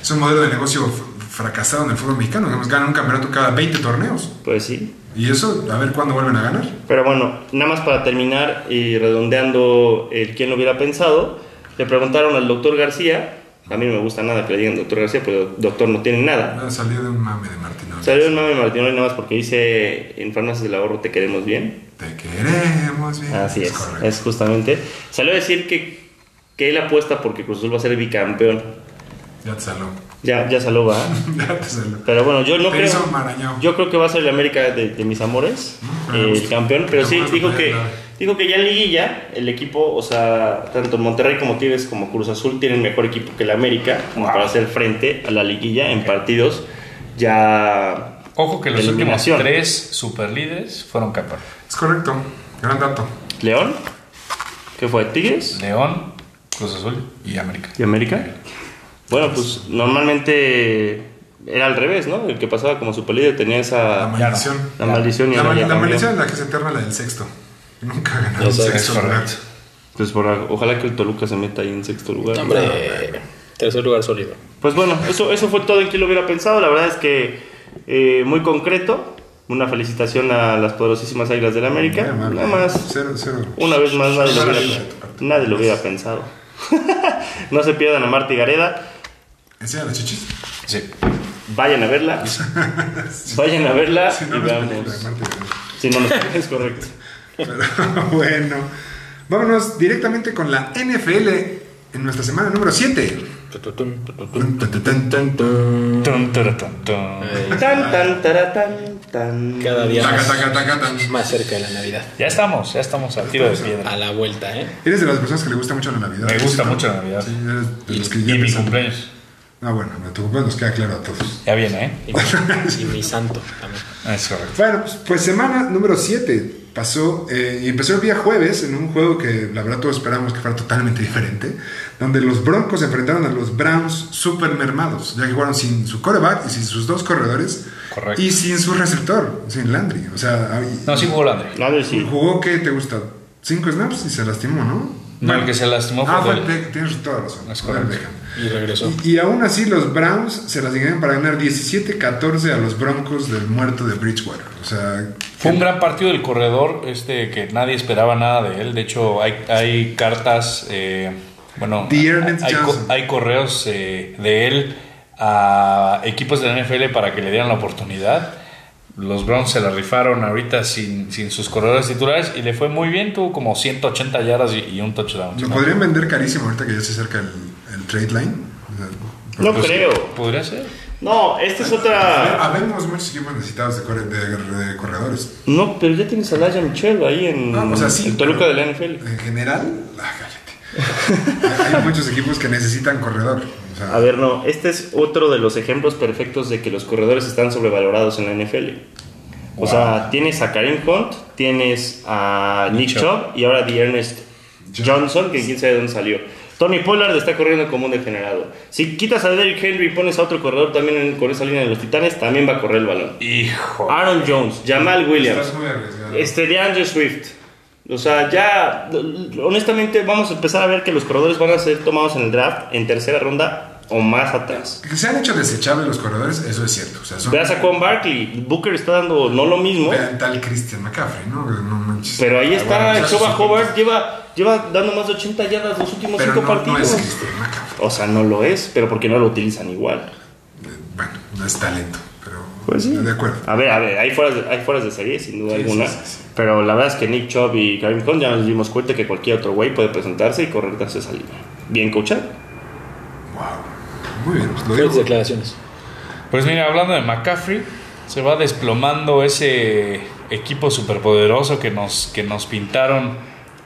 es un modelo de negocio f- fracasado en el fútbol mexicano. Digamos, ganan un campeonato cada 20 torneos.
Pues sí.
Y eso, a ver cuándo vuelven a ganar.
Pero bueno, nada más para terminar y redondeando el quién lo hubiera pensado, le preguntaron al doctor García, a mí no me gusta nada que le digan doctor García, pero doctor no tiene nada.
Ah, Salió de un mame de Martín Orozco.
Salió el mame Martín nada más porque dice en Farmacias del Ahorro te queremos bien.
Te queremos bien.
Así es,
correcto.
es justamente. Salió a decir que, que él apuesta porque Cruz Azul va a ser bicampeón.
Ya te saló.
Ya, ya salió, va.
ya te saló.
Pero bueno, yo no
Te
creo.
hizo marañao.
Yo creo que va a ser el América de, de mis amores,
Mm,
eh,
me
el
gusta.
campeón. Pero
Te
sí,
gusta,
dijo
me
que,
agrada.
dijo que ya en Liguilla, el equipo, o sea, tanto Monterrey como Tigres como Cruz Azul tienen mejor equipo que el América como para hacer frente a la Liguilla en partidos ya.
Ojo que los últimos
Eliminación.
tres superlíderes fueron campeones.
Es correcto. Gran dato.
¿León? ¿Qué fue? ¿Tigres?
León, Cruz Azul y América.
¿Y América? Bueno, pues normalmente era al revés, ¿no? El que pasaba como superlíder tenía
La
esa
maldición.
la maldición y
La,
ahora
mal-
ya
la
cambió.
maldición es la que se eterna, la del sexto. Nunca ganaron
Eso es
sexto lugar.
correcto.
Entonces, por- ojalá que el Toluca se meta ahí en sexto lugar.
Ah,
Eh,
Hombre, tercer lugar sólido.
Pues bueno, eso, eso fue todo en quien lo hubiera pensado. La verdad es que eh, muy concreto. Una felicitación a las poderosísimas Águilas del América.
Qué amable.
Nada más,
Cero, cero.
una vez más, nadie lo hubiera,
Maravilla.
nadie lo hubiera pensado. no se pierdan a Marta y Gareda.
Enseña las chichis.
Sí.
Vayan a verla. Vayan a verla
Si no,
Ah, y
no es película de
veamos.
Martin Orozco.
Si no, no es correcto.
Pero bueno, vámonos directamente con la NFL en nuestra semana número 7.
Tututun, tututun.
Tun, tun, tun, tun.
Eh.
eh,
Tan, tan, tara, tan, tan.
Cada día
Taca,
más,
taca, taca, tan.
más cerca de la Navidad.
Ya estamos, ya estamos a tiro de piedra.
A la vuelta, ¿eh?
Eres de las personas que le gusta mucho la Navidad.
Me gusta
¿no?
mucho la Navidad.
Sí, eres de los que ya
Y mi
empiezan.
cumpleaños.
Ah, bueno, de tu cumpleaños nos queda claro a todos.
Ya viene, ¿eh?
Y mi, y mi santo también.
Es correcto.
Bueno, pues, pues semana número 7 pasó eh, y empezó el día jueves en un juego que la verdad todos esperábamos que fuera totalmente diferente, donde los Broncos se enfrentaron a los Browns super mermados, ya que jugaron sin su coreback y sin sus dos corredores
Correcto.
y sin su receptor, sin Landry. O sea, ahí-
No, sí jugó Landry.
Nadie sí.
jugó que te gusta cinco snaps y se lastimó, ¿no?
No, el que se lastimó fue
Ah, fue
Odell.
Beck- tienes toda la razón.
Es
Odell
correcto.
Beckham.
Y regresó.
Y, y aún así los Browns se las llegaron para ganar 17-14 a los Broncos del muerto de Bridgewater. O sea,
Fue un gran partido del corredor, este que nadie esperaba nada de él. De hecho, hay, hay cartas, eh, bueno,
The Ernest
hay,
Johnson.
hay correos eh, de él a equipos de la NFL para que le dieran la oportunidad. Los Browns se la rifaron ahorita sin, sin sus corredores titulares y le fue muy bien. Tuvo como 180 yardas y, y un touchdown.
lo podrían vender carísimo ahorita que ya se acerca el, el trade line. O sea,
No
Pues,
creo.
Podría ser.
No, esta es otra.
Habemos muchos equipos necesitados de, corre- de- de corredores.
No, pero ya tienes a Laia Michelle ahí en
No, Ah, o sea, sí,
el Toluca
pero-
de la NFL.
En general, ah, cállate. Hay muchos equipos que necesitan corredor. O sea,
A ver, no, este es otro de los ejemplos perfectos de que los corredores están sobrevalorados en la NFL. O sea, tienes a Karim Hunt, tienes a Nick Chubb y ahora The Ernest Johnson, que quién sabe de dónde salió. Tony Pollard está corriendo como un degenerado. Si quitas a Derrick Henry y pones a otro corredor también en- con esa línea de los Titanes, también va a correr el balón.
Hijo.
Aaron Jones, Jamal Williams,
Estás muy arriesgado.
este de Andrew Swift. O sea, ya honestamente vamos a empezar a ver que los corredores van a ser tomados en el draft en tercera ronda o más atrás.
Que se han hecho desechables los corredores, eso es cierto. O sea, son
Veas a Juan Barkley, Booker está dando no lo mismo,
Vean tal Christian McCaffrey, ¿no? No manches. Ah,
pero ahí está
bueno,
el
eso
Chuba
sí.
Hobart, lleva, lleva dando más de 80 yardas los últimos
Pero
cinco
no, no es
partidos.
Christian McCaffrey.
o sea, no lo es, pero porque no lo utilizan igual.
Eh, Bueno, no es talento, pero
Pues sí.
de acuerdo.
A ver, a ver, hay fueras de, hay fueras de serie, sin duda
Sí,
alguna.
sí, sí, sí.
Pero la verdad es que Nick Chubb y Karim Hunt ya nos dimos cuenta que cualquier otro güey puede presentarse y correr tras esa línea. Bien coachado.
Wow. Muy bien, pues lo
Fuertes
digo.
declaraciones.
Pues mira, hablando de McCaffrey, se va desplomando ese equipo superpoderoso que nos, que nos pintaron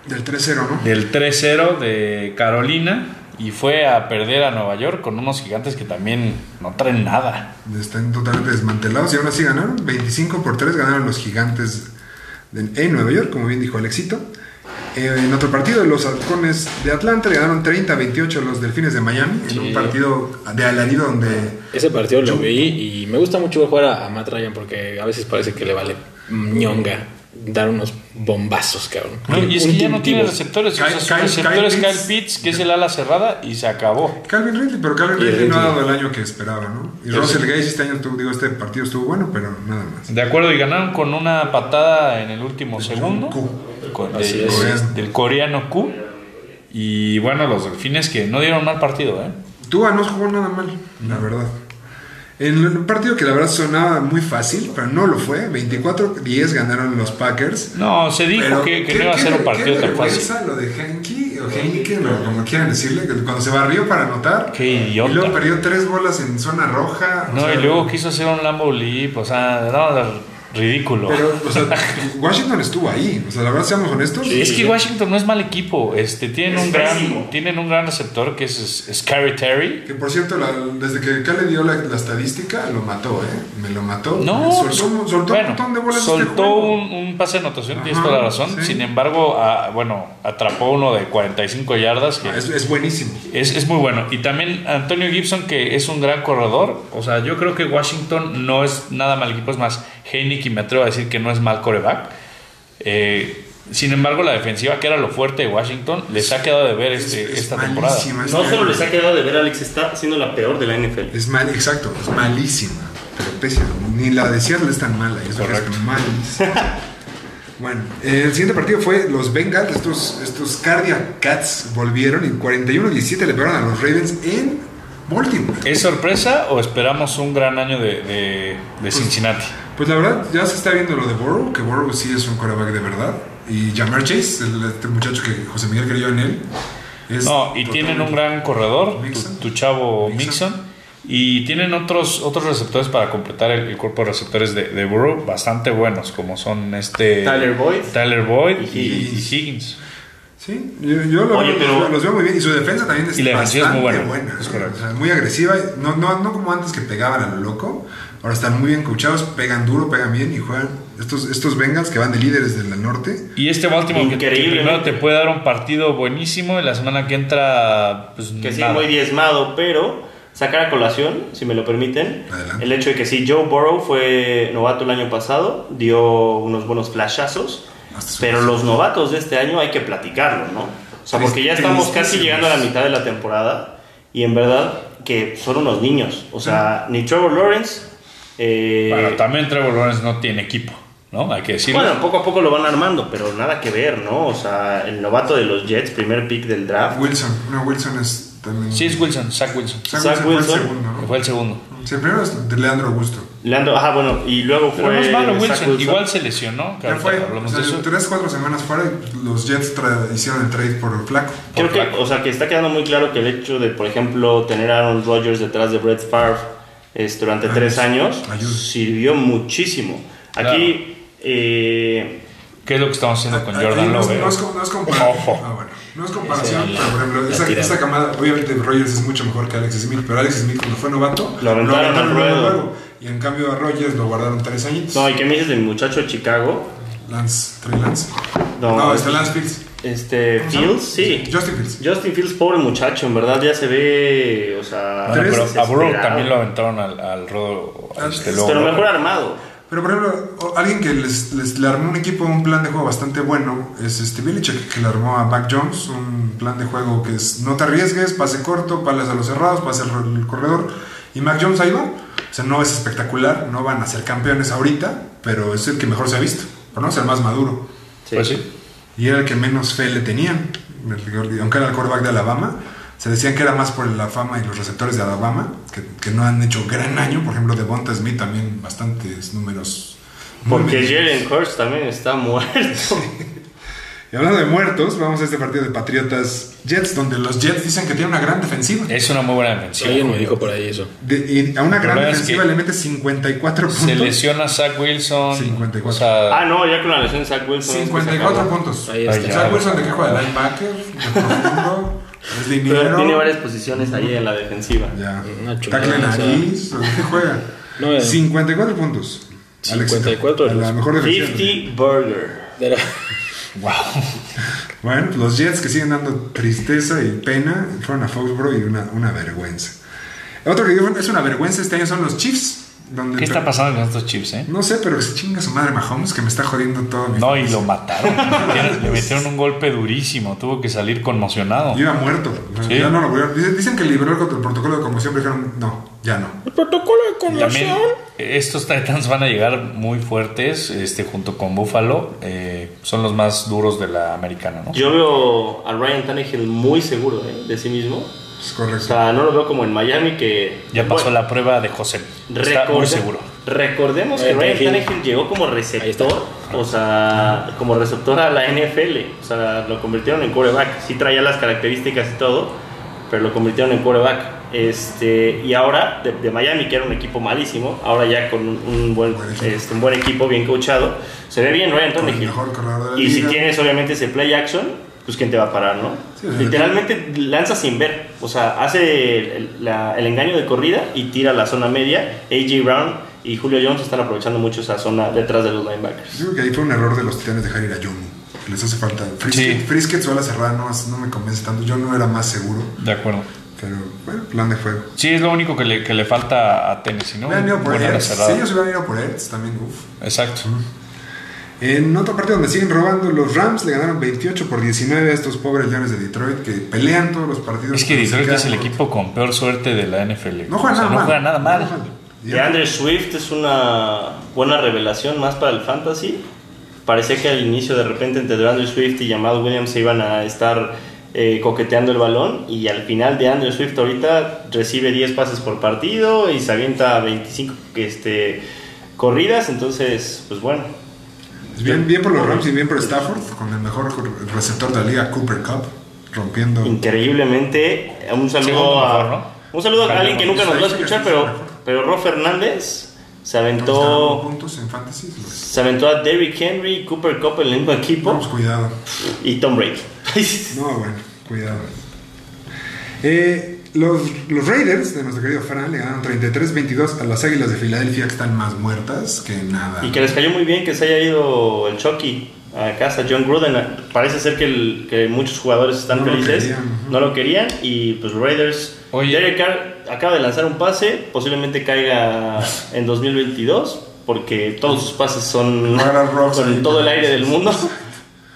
Del 3-0, ¿no?
del 3-0 de Carolina y fue a perder a Nueva York con unos gigantes que también no traen nada.
Están totalmente desmantelados y aún así ganaron. 25 por 3 ganaron los gigantes de- en Nueva York, como bien dijo Alexito. Eh, en otro partido, los halcones de Atlanta le ganaron 30-28 a los delfines de Miami. En un partido de alarido donde
Ese partido lo vi y me gusta mucho ver jugar a, a Matt Ryan porque a veces parece que le vale ñonga dar unos bombazos, cabrón.
¿no? Y es que ya no tiene
Intuitivo.
receptores. O sea,
Kyle-
sus
Kyle-
receptores
Kyle
Kyle
Pitts.
Pitts, que es el ala cerrada, y se acabó.
Calvin Ridley, pero Calvin
Y
Ridley no ha
Ridley.
dado el año que esperaba, ¿no? Y Russell Gage este año, tuvo- digo, este partido estuvo bueno, pero nada más.
De acuerdo, y ganaron con una patada en el último segundo.
Q.
Con-
Así
de-
es.
Del coreano Q. Y bueno, los delfines que no dieron mal partido, ¿eh?
Tua no jugó nada mal, la verdad. En un partido que la verdad sonaba muy fácil, pero no lo fue. 24-10 ganaron los Packers.
No, se dijo
Pero,
que, que
¿qué-
no iba a
qué
ser un
ver-
partido
qué
tan fácil.
vergüenza lo de Henke o Heineken, o como quieran decirle, que cuando se barrió para anotar.
Qué idiota.
Y luego perdió tres bolas en zona roja. o
No,
sea,
y luego quiso hacer un Lambo Leap, o sea, no, ridículo.
Pero, o sea, Washington estuvo ahí. O sea, la verdad, seamos honestos.
es que Washington no es mal equipo, este, tienen,
Es
un gran,
pésimo.
tienen un gran receptor que es Scary Terry.
Que por cierto, la- desde que Cale dio la, la estadística, lo mató, ¿eh? Me lo mató.
No,
Ah,
pues,
soltó, un- soltó
bueno,
un montón de bolas. este
soltó
juego.
un, un pase de anotación, tienes
Ajá,
toda la razón.
sí.
Sin embargo, ah, bueno, atrapó uno de 45 yardas que
Ah, Es, es buenísimo.
Es, es muy bueno. Y también Antonio Gibson, que es un gran corredor. O sea, yo creo que Washington no es nada mal equipo. Es más, Heineken me atrevo a decir que no es mal coreback. Eh, sin embargo, la defensiva, que era lo fuerte de Washington, les ha quedado de ver este,
Es- es
esta temporada.
malísima
No
este año.
solo les ha quedado de ver, Alex, está siendo la peor de la NFL.
Es mal, exacto, es malísima. Pero pésima. Ni la de Seattle es tan mala. y Eso que es malísima. Bueno, eh, el siguiente partido fue los Bengals. Estos, estos Cardiac Cats volvieron y 41-17 le pegaron a los Ravens en Baltimore.
¿Es sorpresa o esperamos un gran año de, de- de Cincinnati?
Pues la verdad, ya se está viendo lo de Burrow, que Burrow sí es un coreback de verdad. Y Jamar Chase, el, este muchacho que José Miguel creyó en él. es
No, y
totalmente-
tienen un gran corredor,
Mixon.
tu, tu chavo
Mixon.
Mixon. Y tienen otros, otros receptores para completar el, el cuerpo de receptores de, de Burrow bastante buenos, como son este
Tyler Boyd.
Tyler Boyd y,
Y
y Higgins.
Sí, yo, yo lo
Oye,
veo-
pero-
los veo muy bien. Y su defensa también es
Y la defensiva es muy
bastante
buena, es
¿eh?
correcto.
O sea, muy agresiva. No, no, no como antes que pegaban a lo loco. Ahora están muy bien coachados, pegan duro, pegan bien y juegan. Estos, estos Bengals que van de líderes del norte.
Y este Baltimore que, que
Increíble.
primero te puede dar un partido buenísimo y la semana que entra, pues
Que sí,
nada.
muy diezmado, pero sacar a colación, si me lo permiten,
Adelante.
el hecho de que sí, Joe Burrow fue novato el año pasado, dio unos buenos flashazos,
Hasta su-
pero los novatos de este año hay que platicarlo, ¿no? O sea, porque ya estamos casi llegando a la mitad de la temporada y en verdad que son unos niños, o sea, ni Trevor Lawrence... eh,
Bueno, también Trevor Lawrence no tiene equipo, ¿no? Hay que decirlo.
Bueno, poco a poco lo van armando, pero nada que ver, ¿no? O sea, el novato de los Jets, primer pick del draft,
Wilson, no, Wilson es también.
sí, es Wilson, Zach Wilson,
Zach
Zach
Wilson fue
Wilson.
el segundo,
que
¿no?
fue el segundo.
Sí, el primero es de Leandro Augusto.
Leandro, ajá, bueno, y luego fue.
Pero no es malo
Zach
Wilson,
Wilson.
igual se lesionó. que
Ya
ahorita
fue, o
hablamos
sea,
de eso.
tres, cuatro semanas fuera y los Jets tra- hicieron el trade por el flaco.
Creo que,
Flaco.
o sea, que está quedando muy claro que el hecho de, por ejemplo, tener a Aaron Rodgers detrás de Brett Favre es, durante
Ayuda.
tres años
Ayuda.
sirvió muchísimo. Aquí, eh,
¿Qué es lo que estamos haciendo con
Ahí
Jordan
no, es,
Love? eh?
no es com- no es comparación.
Ojo.
Ah, bueno. No es comparación,
Ese-
pero por ejemplo, esa,
tirada.
esa camada, obviamente Rogers es mucho mejor que Alex Smith, pero Alex Smith cuando fue novato,
Lo aventaron al
luego,
ruedo.
luego. Y en cambio a Rogers lo guardaron tres añitos.
no, ¿y qué me dices de mi muchacho de Chicago?
Lance, Trey Lance. No,
No,
este Lance Fields.
Este,
¿Cómo se llama?
Fields, sí.
Justin Fields.
Justin Fields, pobre muchacho, en verdad ya se ve, o sea,
Bueno,
Tres
Ah, pero a Burrow
desesperado.
también lo aventaron al, al rodo.
Ah,
este,
sí,
luego,
Pero
luego.
mejor armado.
Pero por ejemplo, o- alguien que les, les- le armó un equipo, un plan de juego bastante bueno, es este Belichick, que le armó a Mac Jones, un plan de juego que es no te arriesgues, pase corto, palas a los cerrados, pase al ro- al corredor. Y Mac Jones ahí va. O sea, no es espectacular, no van a ser campeones ahorita, pero es el que mejor se ha visto, por no ser más maduro.
Pues sí.
Y era el que menos fe le tenían, El- aunque era el quarterback de Alabama. Se decían que era más por la fama y los receptores de Alabama, que, que no han hecho gran año. Por ejemplo, Devonta Smith también bastantes números. muy
Porque
mediocres.
Jalen Hurts también está muerto.
Y hablando de muertos, vamos a este partido de Patriotas Jets, donde los Jets dicen que tiene una gran defensiva.
Es una muy buena defensiva.
Alguien me dijo por ahí eso.
De- y a una gran
problema es
defensiva
que
le mete 54 puntos.
Se lesiona Zach Wilson.
54.
O sea,
Ah, este, no, ya con la lesión de Zach Wilson. es que se
54
acabó.
puntos.
Ahí está.
Zach Wilson de qué juega, linebacker, de profundo, es
Pero
liniero.
tiene varias posiciones ahí en la defensiva.
Ya.
Una chulada,
Tackle
o sea.
nariz, ¿o qué juega?
No, eh.
54 puntos. Alex,
54
a la
los-
mejor defensiva.
50 Burger.
Pero-
Bueno, los Jets que siguen dando tristeza y pena fueron a Foxborough y una, una vergüenza. Otro que digo, es una vergüenza este año son los Chiefs. Donde
¿qué está pasando con estos chips, eh?
No sé, pero se chinga su madre Mahomes que me está jodiendo todo. mi-
No, y lo mataron. Le metieron- Le metieron un golpe durísimo. Tuvo que salir conmocionado.
Iba muerto.
Sí.
Ya no lo volvieron. Dicen, dicen que liberó el contra- el protocolo de conmoción, pero dijeron, no, ya no.
El protocolo de
También,
conversión.
estos Titans van a llegar muy fuertes, este, junto con Buffalo. eh, son los más duros de la americana, ¿no?
Yo veo a Ryan Tannehill muy seguro ¿eh? de sí mismo.
Es
O
correcto.
sea, no lo veo como en Miami que...
ya pasó
Bueno,
la prueba de José. Está
recorda-
muy seguro.
Recordemos que
Eh,
Ryan
Ryan
Tannehill.
Tannehill llegó como
Ahí está.
receptor, o sea, como receptor a la NFL. O sea, lo convirtieron en quarterback. Sí traía las características y todo, pero lo convirtieron en quarterback. Este, y ahora, de, de Miami, que era un equipo malísimo, ahora ya con un, un buen,
Buen equipo.
este, un buen equipo, bien coachado, se ve bien Ryan
Con el
Tannehill.
mejor corredor de la
Y si
liga.
tienes obviamente ese play action, pues quién te va a parar, ¿no?
Sí, o sea,
Literalmente lanza sin ver. O sea, hace el, el- la- el engaño de corrida y tira a la zona media. AJ Brown y Julio Jones están aprovechando mucho esa zona detrás de los linebackers.
Yo Digo que ahí fue un error de los titanes dejar ir a Johnny. Les hace falta. Frisket,
Sí.
Frisket o ala cerrada no, no me convence tanto. Yo no era más seguro,
De acuerdo.
pero bueno, plan de juego.
Sí, es lo único que le, que le falta a Tennessee, ¿no?
Hubieran ido por
Buena
Ertz.
cerrada.
Si ellos hubieran ido por Ertz, también, uff.
Exacto.
En otra parte donde siguen robando, los Rams le ganaron 28 por 19 a estos pobres Leones de Detroit que pelean todos los partidos.
Es que
pero se
Detroit
quedan
es el
cortos.
equipo con peor suerte de la NFL.
No juega
O sea,
nada
no
mal.
juega nada mal.
Y
De Andre Swift es una buena revelación más para el fantasy. Parecía que al inicio de repente entre DeAndre Swift y Jamal Williams se iban a estar eh, coqueteando el balón y al final de Andrew Swift ahorita recibe 10 pases por partido y se avienta 25 este, corridas, entonces pues bueno.
Bien, bien por los Rams y bien por Stafford, con el mejor receptor de la liga, Cooper Cup, rompiendo.
Increíblemente, un saludo
Segundo
a,
mejor, ¿no?
un saludo a
Ojalá
alguien que nunca nos va a escuchar, pero, pero Ro Fernández se aventó...
puntos en fantasy. Los...
Se aventó a Derrick Henry, Cooper Cup en el mismo equipo
Vamos, cuidado.
y Tom Brady.
No, bueno, cuidado. Eh, los, los Raiders de nuestro querido Fran le ganaron 33-22 a las Águilas de Filadelfia que están más muertas que nada.
y que les cayó muy bien que se haya ido el Chucky a casa. John Gruden parece ser que, el- que muchos jugadores
No
están
lo
felices,
querían, ujú.
no lo querían y pues Raiders.
Oye.
Derek Carr acaba de lanzar un pase, posiblemente caiga en 2022 porque todos sus pases son
Van a dar rocks ahí.
con todo el aire del mundo.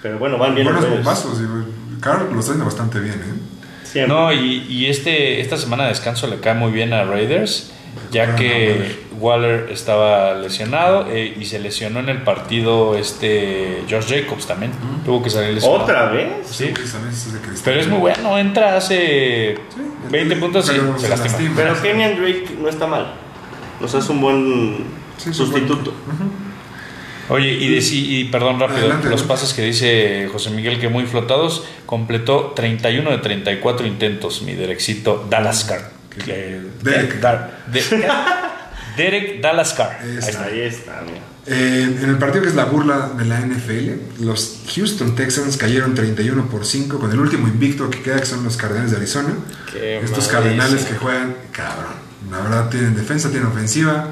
Pero bueno, van bien los
Buenos
Raiders.
bombazos. y Carl lo está haciendo bastante bien, ¿eh?
Siempre.
No, y, y este, esta semana de descanso le cae muy bien a Raiders, ya que Waller estaba lesionado eh, y se lesionó en el partido este Josh Jacobs también. Tuvo que salir lesionado.
¿Otra vez?
Sí,
Pues también es de cristal.
pero es muy bueno. Entra, hace 20 puntos
Pero
y se lastima.
Pero Kenyan Drake no está mal. O sea, es un buen
Sí, pues, es un buen-
sustituto.
Oye, y, de- sí, y perdón rápido,
Adelante,
los
adelante.
pases que dice José Miguel que muy flotados, completó 31 de 34 intentos, mi derexito Dallas Carr. Que-
Derek.
Dar- de- Derek Dallas Carr.
Esa.
Ahí está.
Ahí está, mira.
Eh, en el partido que es la burla de la NFL, los Houston Texans cayeron 31 por 5 con el último invicto que queda, que son los Cardenales de Arizona.
Qué
Estos
madre
Cardenales
esa.
que juegan, cabrón. La verdad, tienen defensa, tienen ofensiva,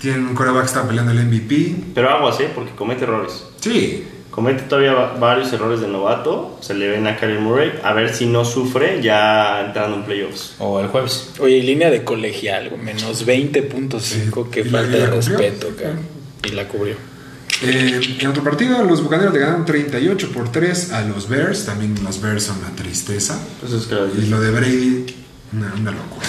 tienen un coreback que está peleando el MVP.
Pero aguas, ¿eh? Porque comete errores.
Sí,
Comete todavía va- varios errores de novato. Se le ven a Karen Murray. A ver si no sufre ya entrando en playoffs.
O el jueves.
Oye, y línea de colegial, güey, menos 20.5,
Sí.
qué
¿Y la-
falta
y la
de
cumplió?
respeto, cabrón. Y la cubrió.
Eh, en otro partido, los Bucaneros le ganaron 38 por 3 a los Bears. También los Bears son una tristeza.
Eso es que
Y lo de Brady, una, una locura.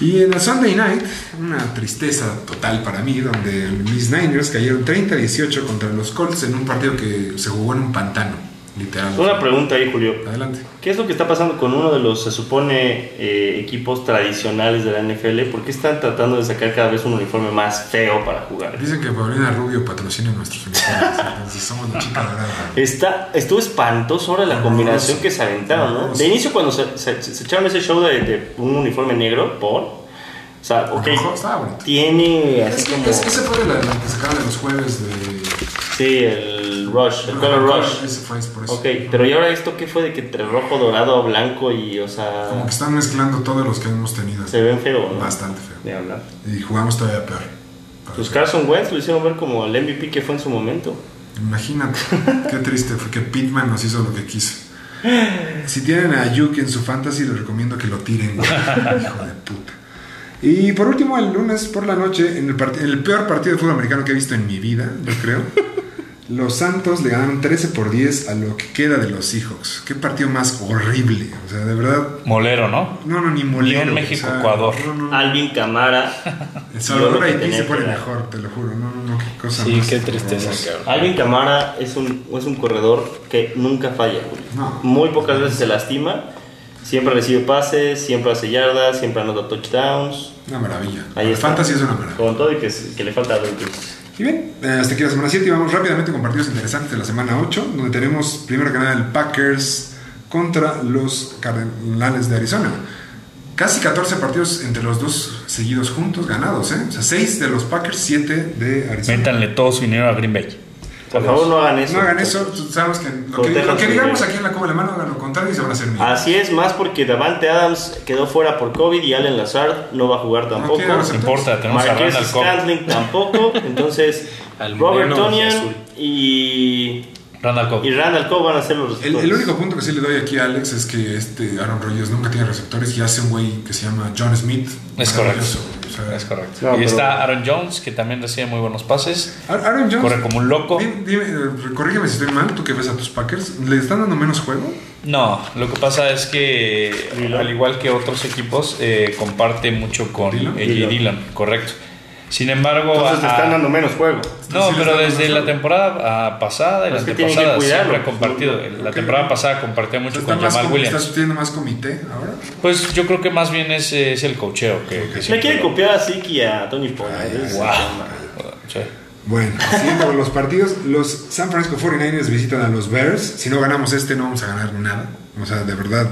Y en el Sunday Night, una tristeza total para mí, donde mis Niners cayeron 30-18 contra los Colts en un partido que se jugó en un pantano. Literal.
Una pregunta ahí, Julio.
Adelante.
¿Qué es lo que está pasando con uno de los, se supone, eh, equipos tradicionales de la NFL? ¿Por qué están tratando de sacar cada vez un uniforme más feo para jugar?
Dicen que Paulina Rubio patrocina nuestros uniformes, entonces somos la chica dorada.
Está, estuvo espantoso ahora la combinación que se aventaron, ¿no? De inicio cuando se, se- se echaron ese show de, de un uniforme negro, por... O sea, ok,
Rojo, estaba bonito.
tiene
Es
así
que
como...
es que ese fue de la, la que sacaron de los jueves de.
Sí, el Rush, el color Rush.
Ese fue, es por eso.
Ok, pero ¿y ahora esto qué fue de que entre rojo, dorado, blanco y, o sea,
Como que están mezclando todos los que hemos tenido.
se ven feo, ¿no?
Bastante feo.
Ni hablar.
Y jugamos todavía peor.
Pues Carson Wentz lo hicieron ver como el MVP que fue en su momento.
Imagínate, qué triste fue que Pittman nos hizo lo que quiso. Si tienen a Yuki en su fantasy, les recomiendo que lo tiren. güey. Hijo de puta. Y por último, el lunes por la noche, en el, part- en el peor partido de fútbol americano que he visto en mi vida, yo creo, los Santos le ganaron 13 por 10 a lo que queda de los Seahawks. Qué partido más horrible. O sea, de verdad,
Molero, ¿no?
no, no, ni molero. o sea,
México-Ecuador.
no, no, no.
Alvin Camara.
El Salvador
Ah, Yo lo que
Haití se
tenía
pone
que era-
mejor, te lo juro. No, no, no, qué cosa
Sí,
más
qué tristeza,
horrorosa.
cabrón.
Alvin Camara es un, es un corredor que nunca falla. Julio.
No.
Muy pocas veces se lastima. Siempre recibe pases, siempre hace yardas, siempre anota touchdowns.
Una maravilla.
Ahí
el
está.
fantasy es una maravilla.
Con todo y que, s- que le falta Rodgers.
Y bien, eh, hasta aquí la semana 7 y vamos rápidamente con partidos interesantes de la semana 8, donde tenemos primero que nada el Packers contra los Cardenales de Arizona. Casi 14 partidos entre los dos seguidos juntos ganados, ¿eh? O sea, 6 de los Packers, 7 de Arizona.
Métanle todo su dinero a Green
Este.
Bay.
Por favor, no hagan eso.
No hagan eso, tú sabes que lo que,
Protejan
lo que
su
digamos
dinero.
aquí en la Cuba de la Mano, hagan lo contrario y se van a hacer míos.
Así es, más porque Davante Adams quedó fuera por COVID y Allen Lazard no va a jugar tampoco.
tiene
No
razón.
importa, tenemos a
Marqués
Randall Cobb.
Scantling tampoco. Entonces,
Al
Robert
moreno y azul.
Tonian y,
Randall Cobb.
y Randall Cobb van a ser los
El,
receptores.
el único punto que sí le doy aquí a Alex es que este Aaron Rodgers nunca tiene receptores y hace un güey que se llama John Smith.
Es correcto.
Maravilloso, o sea,
Es correcto.
No,
y
pero-
está Aaron Jones, que también recibe muy buenos pases.
Ar- Aaron Jones.
Corre como un loco.
Dime, dime, eh, corrígeme si estoy mal, tú que ves a tus Packers, ¿le están dando menos juego?
No, lo que pasa es que,
Dillon.
al igual que otros equipos, eh, comparte mucho con
Dillon.
AJ Dillon, correcto. Sin embargo,
Entonces le
a-
están dando menos juego.
No,
Sí, le
pero
están
desde
dando
la temporada ah, pasada y
Pero Pues
la
es que tienen que
antepasada siempre
cuidarlo.
ha compartido. La
Ok.
temporada pasada compartía mucho
¿Está
con
más
Jamal
com-
Williams.
¿Estás teniendo más comité ahora?
Pues yo creo que más bien es, es el cocheo que, que
Le
siempre-
quieren copiar a Siki y a Tony Pollard. Es-
Wow. Sí.
Bueno, siguiendo con los partidos, los San Francisco 49ers visitan a los Bears. Si no ganamos este, no vamos a ganar nada. O sea, de verdad.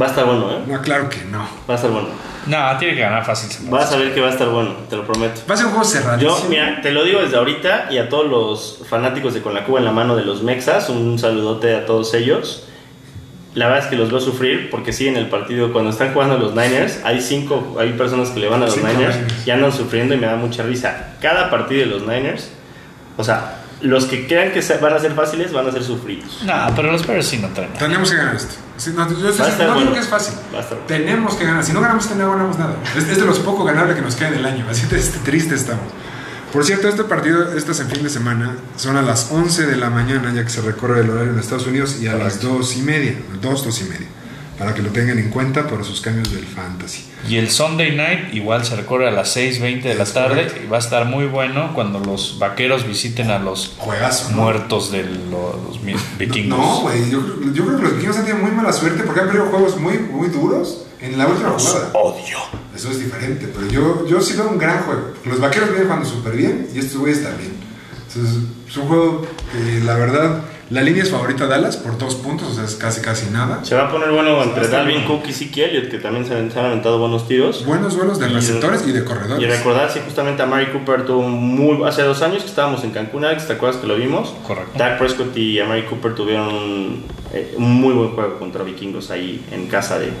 Va a estar bueno, ¿eh?
No, claro que no.
Va a estar bueno.
No, tiene que ganar fácil. San
Vas a
Francisco.
ver que va a estar bueno, te lo prometo.
Va a ser un juego cerrado.
Yo, mira, te lo digo desde ahorita y a todos los fanáticos de Con la Cuba en la mano de los Mexas, un saludote a todos ellos. La verdad es que los veo sufrir porque sí, en el partido, cuando están jugando los Niners, hay cinco, hay personas que le van a los
Cinco
Niners
Niners.
y andan sufriendo y me da mucha risa. Cada partido de los Niners, o sea, los que crean que se- van a ser fáciles van a ser sufridos.
No, pero los Bears sí no traen. nada.
Tenemos que ganar esto. Sí, no, yo estoy-
Va a estar
no
bueno.
digo que es fácil.
Va a estar bueno.
Tenemos que ganar. Si no ganamos, este, no ganamos nada. Es, es de los poco ganables que nos queda en el año. Así de este, triste estamos. Por cierto, este partido, estas en fin de semana, son a las 11 de la mañana, ya que se recorre el horario en Estados Unidos, y a las 2 y media. 2, 2 y media. Para que lo tengan en cuenta para sus cambios del fantasy.
Y el Sunday night igual se recorre a las 6:20 de la tarde y va a estar muy bueno cuando los vaqueros visiten a los
Juegazo, ¿no?
muertos de los mi- vikingos.
No, güey. Yo, creo- yo creo que los vikingos han tenido muy mala suerte porque han perdido juegos muy, muy duros en la última jugada.
Odio.
Eso es diferente, pero yo, yo sí veo un gran juego. Los vaqueros vienen jugando súper bien y estos güeyes también. Entonces, es un juego que la verdad, la línea es favorita de Dallas por dos puntos, o sea, es casi casi nada.
Se va a poner bueno entre
estar
Dalvin
bueno.
Cook y Siki Elliott, que también se han, se han aventado buenos tiros.
Buenos vuelos de
Y-
receptores y de corredores.
Y recordar, si justamente a Mary Cooper tuvo un muy. Hace dos años que estábamos en Cancún, Alex, ¿te acuerdas que lo vimos?
Correcto.
Dak Prescott y a Mary Cooper tuvieron un, eh, un muy buen juego contra vikingos ahí en casa de,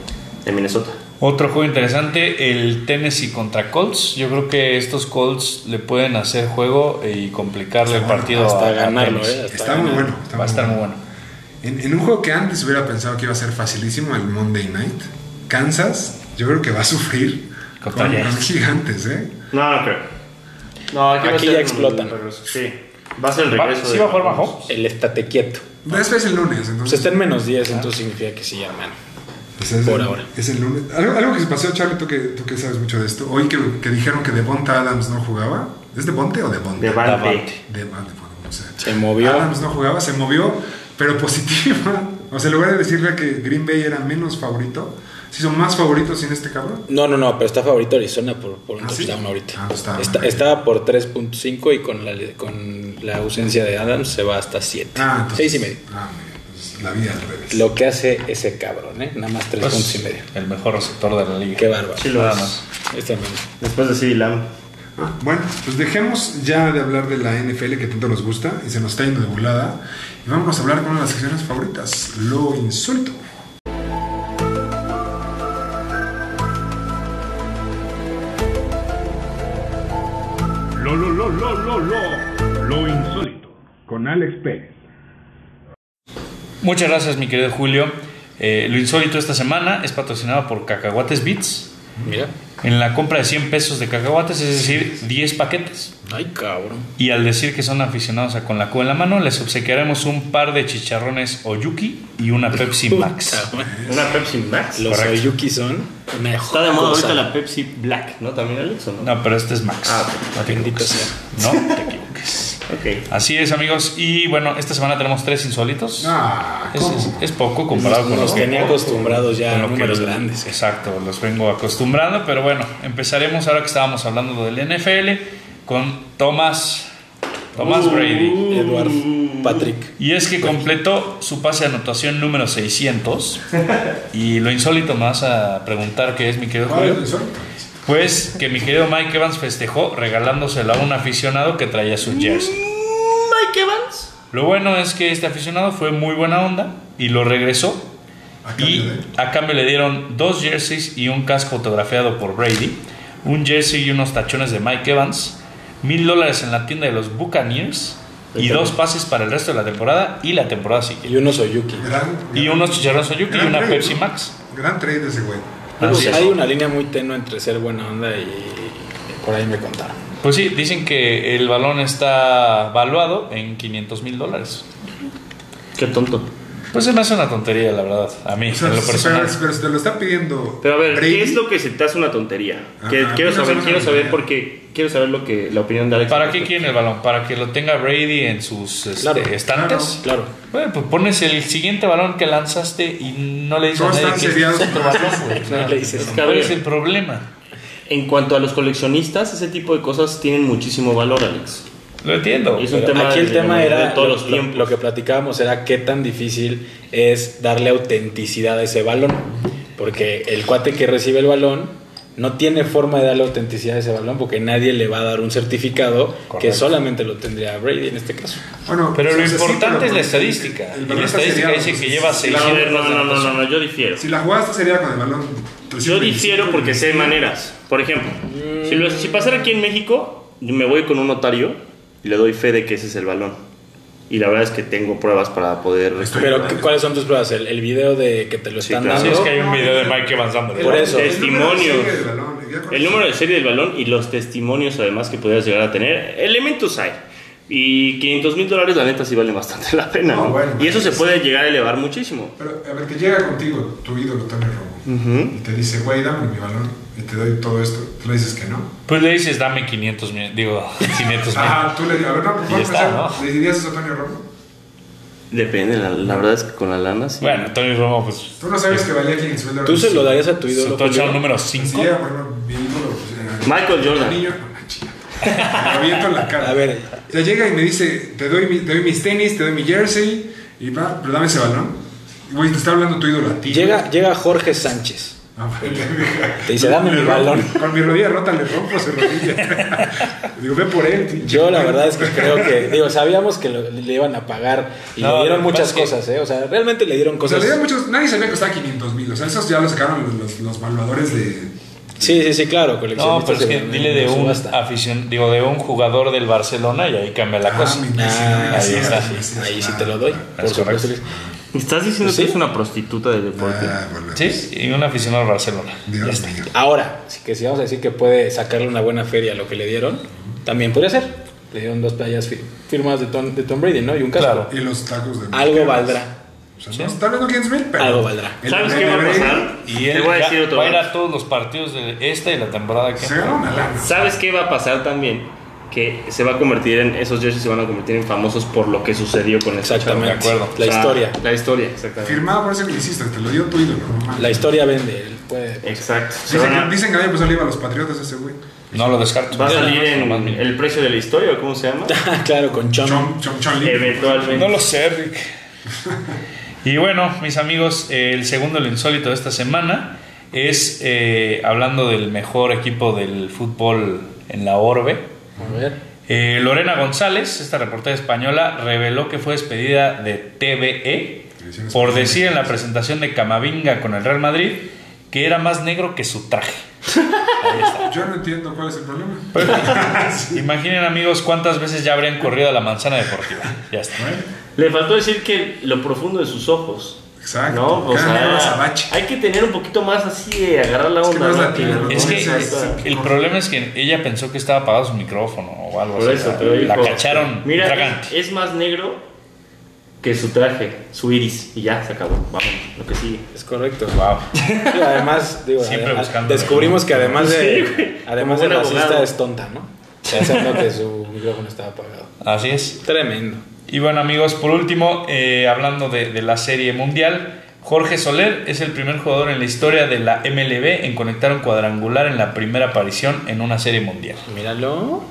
de Minnesota.
Otro juego interesante, el Tennessee contra Colts. Yo creo que estos Colts le pueden hacer juego y complicarle el
Está bueno,
partido
Hasta
a, a
ganarlo,
Tennessee.
¿eh? Hasta
Está muy
ganar.
bueno. está
Va a
muy
estar muy bueno.
En, en un juego que antes hubiera pensado que iba a ser facilísimo, el Monday Night, Kansas, yo creo que va a sufrir con,
Contra Jets.
con gigantes, ¿eh?
No, no creo. No, va a
Aquí
ser
ya
un
explotan.
regreso. Sí. Va a ser el
Va-
regreso.
¿Sí
de-
va a jugar bajo?
El estate quieto.
Después este es el lunes,
Pues
entonces.
está en menos 10, entonces significa que sí, hermano.
Pues es
Por
el,
ahora.
Es el lunes. Algo, algo que se pasó, Charlie, tú que, tú que sabes mucho de esto. Hoy que, que dijeron que Devonta Adams no jugaba. ¿Es Devonte o Devonta?
Devante.
Davante.
Devante, bueno, O sea,
Se movió.
Adams no jugaba, se movió, pero positiva. O sea, en lugar de decirle que Green Bay era menos favorito, se hizo más favorito sin este cabrón.
No, no, no, pero está favorito Arizona por, por un
¿Ah, sí?
touchdown ahorita.
Ah, pues está-
Está- estaba por 3.5 y con la, con la ausencia de Adams se va hasta 7.
Ah, entonces.
6 y medio.
Ah, muy bien. Entonces, la vida al revés.
Lo que hace ese cabrón, ¿eh? Nada más 3
Pues,
puntos y medio.
El mejor receptor de la liga.
Qué bárbaro.
Sí lo
Nada
es.
más.
Este man.
Después de CD Lamb.
Ah, Bueno, pues dejemos ya de hablar de la NFL que tanto nos gusta y se nos está yendo de volada. Y vamos a hablar con una de las secciones favoritas, lo insulto.
Lo, lo, lo, lo, lo, lo, lo insólito. Con Alex Pérez.
Muchas gracias, mi querido Julio. Eh, lo insólito esta semana es patrocinado por Cacahuates Beats.
Mira.
En la compra de 100 pesos de cacahuates, es decir, 10 paquetes.
Ay, cabrón.
Y al decir que son aficionados a con la cuba en la mano, les obsequiaremos un par de chicharrones Oyuki y una Pepsi Max.
Puta, man.
Una Pepsi Max.
Los
Correcto.
Oyuki son mejor.
Está de moda
cosa.
ahorita la Pepsi Black, ¿no? También, Alex, ¿o no?
No, pero este es Max.
Ah,
no te
bendito
equivoques. No te equivoques.
Ok.
Así es, amigos. Y bueno, esta semana tenemos tres insólitos.
Ah,
es,
¿cómo?
es- es poco comparado con
Nos
los que
tenía acostumbrados ya
con
a
lo que-
números grandes. ¿eh?
Exacto, los vengo acostumbrando, pero bueno, empezaremos ahora que estábamos hablando del NFL con Thomas, Thomas
Uh,
Brady.
Edward Patrick.
Y es que completó su pase de anotación número 600. Y lo insólito me vas a preguntar qué es, mi querido
¿Cuál es
Julio.
lo insólito?
Pues que mi querido Mike Evans festejó regalándosela a un aficionado que traía su jersey.
Mm, Mike Evans.
Lo bueno es que este aficionado fue muy buena onda y lo regresó.
A cambio
Y
de-
a cambio le dieron dos jerseys y un casco fotografiado por Brady, un jersey y unos tachones de Mike Evans, mil dólares en la tienda de los Buccaneers y dos pases para el resto de la temporada y la temporada siguiente.
Y uno Soyuki.
gran-
Y unos chicharrones Oyuki y
gran
una
trade,
Pepsi
¿no?
Max.
Gran trade de ese güey.
Así es.
Pues, hay una línea muy tenue entre ser buena onda y por ahí me contaron.
Pues sí, dicen que el balón está valuado en 500 mil dólares.
Qué tonto.
Pues se me hace una tontería, la verdad, a mí,
O sea,
en lo
pero-
personal.
pero si te lo está pidiendo.
Pero a ver,
Brady,
¿qué es lo que se te hace una tontería?
Ajá,
Que
Ah, ¿qué
quiero
nos
saber,
hace
quiero
una tontería?
saber porque quiero saber lo que la opinión de Alex.
¿Para qué quieren el balón? ¿Para que lo tenga Brady en sus este,
Claro,
estantes?
Claro.
Bueno, pues pones el siguiente balón que lanzaste y no le dices a
Todos
nadie
están
que este
seriados.
es otro balón, güey.
No le dices.
Es que, a
¿Cuál es el
ver,
problema?
en cuanto a los coleccionistas, ese tipo de cosas tienen muchísimo valor, Alex.
Lo entiendo.
Es un
Pero
tema
aquí el
de-
tema
de
era
todos
lo-
los
lo,
tiempos.
lo que platicábamos era qué tan difícil es darle autenticidad a ese balón, porque el cuate que recibe el balón no tiene forma de darle autenticidad a ese balón porque nadie le va a dar un certificado que
Correcto.
solamente lo tendría Brady en este caso.
Bueno,
Pero
o
lo
sea, sí,
importante
pero-
es la estadística.
el
Y
balón
la
está
estadística
seriado,
dice
pues,
que lleva
si
A
la-
ver,
600
no, no, no, no, no, yo difiero.
Si la jugada está sería con el balón.
Yo
325,
difiero porque sé maneras. Por ejemplo, si, lo- si pasara aquí en México, yo me voy con un notario y le doy fe de que ese es el balón. Y la verdad es que tengo pruebas para poder.
Estoy-
Pero ¿qué- ¿cuáles son tus pruebas? El, el video de que te lo
Sí,
están
claro.
Sí,
dando.
es que hay un video de Mike Evans dándole.
Por eso.
El número de
Testimonios.
serie del balón, ya con
El
eso-
número de serie del balón y los testimonios además que pudieras llegar a tener. Elementos hay. Y 500 mil dólares la neta sí vale bastante la pena.
No,
¿no?
bueno,
y eso se
sí.
puede llegar a elevar muchísimo.
Pero, a ver, te llega contigo tu ídolo Tony Romo y te dice, güey, dame mi balón y te doy todo esto. Tú le dices que no.
Pues le dices, dame 500 mil. Digo, 500 mil.
Ah, tú le dices, a ver, no, por
Pues Y
favor,
ya está,
empezar.
¿no?
¿le dirías eso a Tony Romo?
Depende, la, la verdad es que con la lana sí.
Bueno, Tony Romo, pues.
Tú no sabes que valía 500 mil dólares.
¿Tú se lo darías a tu
Su
ídolo?
touchdown
Julio?
número
Si
5.
llega, por ejemplo, mi ídolo, pues, eh,
Michael Jordan.
Niño, no, la chingada. me lo aviento en la cara.
A ver.
O sea, llega y me dice, te doy, mi- te doy mis tenis, te doy mi jersey y va, pero dame ese balón. Y, Güey, te está hablando tu ídolo a ti.
Llega, llega Jorge Sánchez.
No, te
Te dice, dame mi balón.
Con mi rodilla rota le rompo su rodilla. Digo, ve por él. pinche.
Yo la verdad es que creo que, digo, sabíamos que lo- le iban a pagar y
No,
le
lo
dieron
que
muchas
pasa es que-
cosas, ¿eh? O sea, realmente le dieron
O sea,
cosas.
le dieron muchos, nadie sabía que costaba 500 mil. O sea, esos ya lo sacaron los, los, los valuadores de.
Sí, sí, sí, claro, coleccionistas.
No, pero es que
en-
dile
en
de un
subasta.
afición, digo, de un jugador del Barcelona y ahí cambia la cosa.
mi
Ah,
vecino,
ahí
sí,
está,
sí, sí,
ahí
sí,
sí te lo doy. Por
Es
supuesto.
correcto.
¿Estás diciendo
Sí.
que es una prostituta de deporte?
Ah, bueno.
Sí, y un aficionado al Barcelona.
Dios
Este.
mío.
Ahora, sí que si vamos a decir que puede sacarle una buena feria a lo que le dieron, también podría ser. Le dieron dos playas fi- firmadas de Tom, de Tom Brady, ¿no? Y un casco.
Claro.
Y los tacos de.
Algo valdrá.
O sea, Pues, no, tal vez no 500 mil, pero.
Algo valdrá.
el
¿Sabes
de
qué va a
Brady
pasar?
Y él
Te voy a
ya
decir otro.
va a ir a todos los partidos de esta y la temporada que
Se ganó una lana.
¿Sabes qué va a pasar también? que se va a convertir en, esos jerseys se van a convertir en famosos por lo que sucedió con esa
Exactamente.
De acuerdo.
La
O sea,
historia.
La historia, exactamente.
Firmado por ese que hiciste, te lo dio tu ídolo. no mames.
La historia vende. él puede-
Exacto. Se
Dicen,
van a-
que- dicen que el año pasado le iba a los Patriotas ese güey.
No lo descarto.
va a salir
Nomás
en
mira.
el precio de la historia, ¿o cómo se llama?
claro, con Chon.
Chon, Chon, Chon
Eh,
Lee.
Eventualmente.
No lo sé, Rick. Y bueno, mis amigos, eh, el segundo lo insólito de esta semana es eh, hablando del mejor equipo del fútbol en la orbe.
A ver.
Eh, Lorena González, esta reportera española, reveló que fue despedida de TVE por decir en la presentación de Camavinga con el Real Madrid que era más negro que su traje. Ahí está.
Yo no entiendo cuál es el problema.
Imaginen amigos cuántas veces ya habrían corrido a la manzana deportiva. Ya está.
Le faltó decir que lo profundo de sus ojos.
Exacto.
¿no? O
Cada
sea,
negro es abache.
hay que tener un poquito más así de agarrar la
Es que
onda.
no es
¿no?
latina, ¿no?
Es que
Sí, está.
el problema es que ella pensó que estaba apagado su micrófono o algo
Por
así.
eso,
la-
pero
la,
dijo,
cacharon.
Mira, eh,
tragante.
es, es más negro que su traje, su iris. Y ya, se acabó. Vamos, lo que sigue.
Es correcto.
Wow.
Y además, digo,
Siempre
además-
buscando
descubrimos que además de,
Sí, güey.
además de
Como buen
racista
abogado.
es tonta, ¿no? Pensando que su micrófono estaba apagado.
Así es.
Tremendo.
Y bueno amigos, por último, eh, hablando de, de la serie mundial, Jorge Soler es el primer jugador en la historia de la MLB en conectar un cuadrangular en la primera aparición en una serie mundial.
Míralo.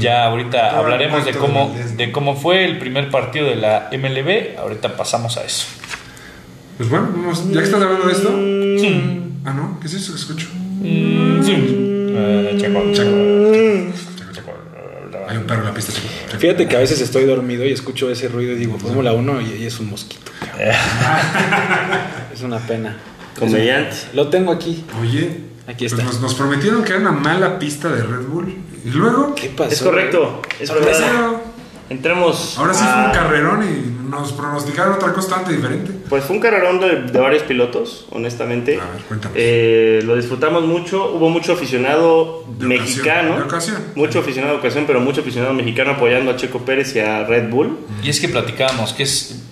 Ya ahorita
Todo
hablaremos
el
de
pacto
cómo,
del
de cómo fue el primer partido de la MLB. Ahorita pasamos a eso.
Pues bueno, vamos, ya que estás hablando de esto. Ah, no, ¿qué es eso que escucho? Mm,
Eh, checo, checo, checo.
Hay un perro en la pista, chico.
Fíjate que a veces estoy dormido y escucho ese ruido y digo, pues, Fórmula 1 y, y es un mosquito. cabrón. es una pena.
Comediante.
Lo tengo aquí.
Oye,
Aquí
pues
está.
nos, nos prometieron que era una mala pista de Red Bull. Y luego.
¿Qué pasó?
Es correcto. Es verdad.
Sorpresa.
Entremos.
Ahora sí fue
a-
un carrerón y nos pronosticaron otra cosa bastante diferente.
Pues fue un carrerón de, de varios pilotos, honestamente.
A ver, cuéntanos.
Eh, lo disfrutamos mucho. Hubo mucho aficionado
De
mexicano.
ocasión, de ocasión.
Mucho aficionado de ocasión, pero mucho aficionado mexicano apoyando a Checo Pérez y a Red Bull.
Y es que platicábamos que es,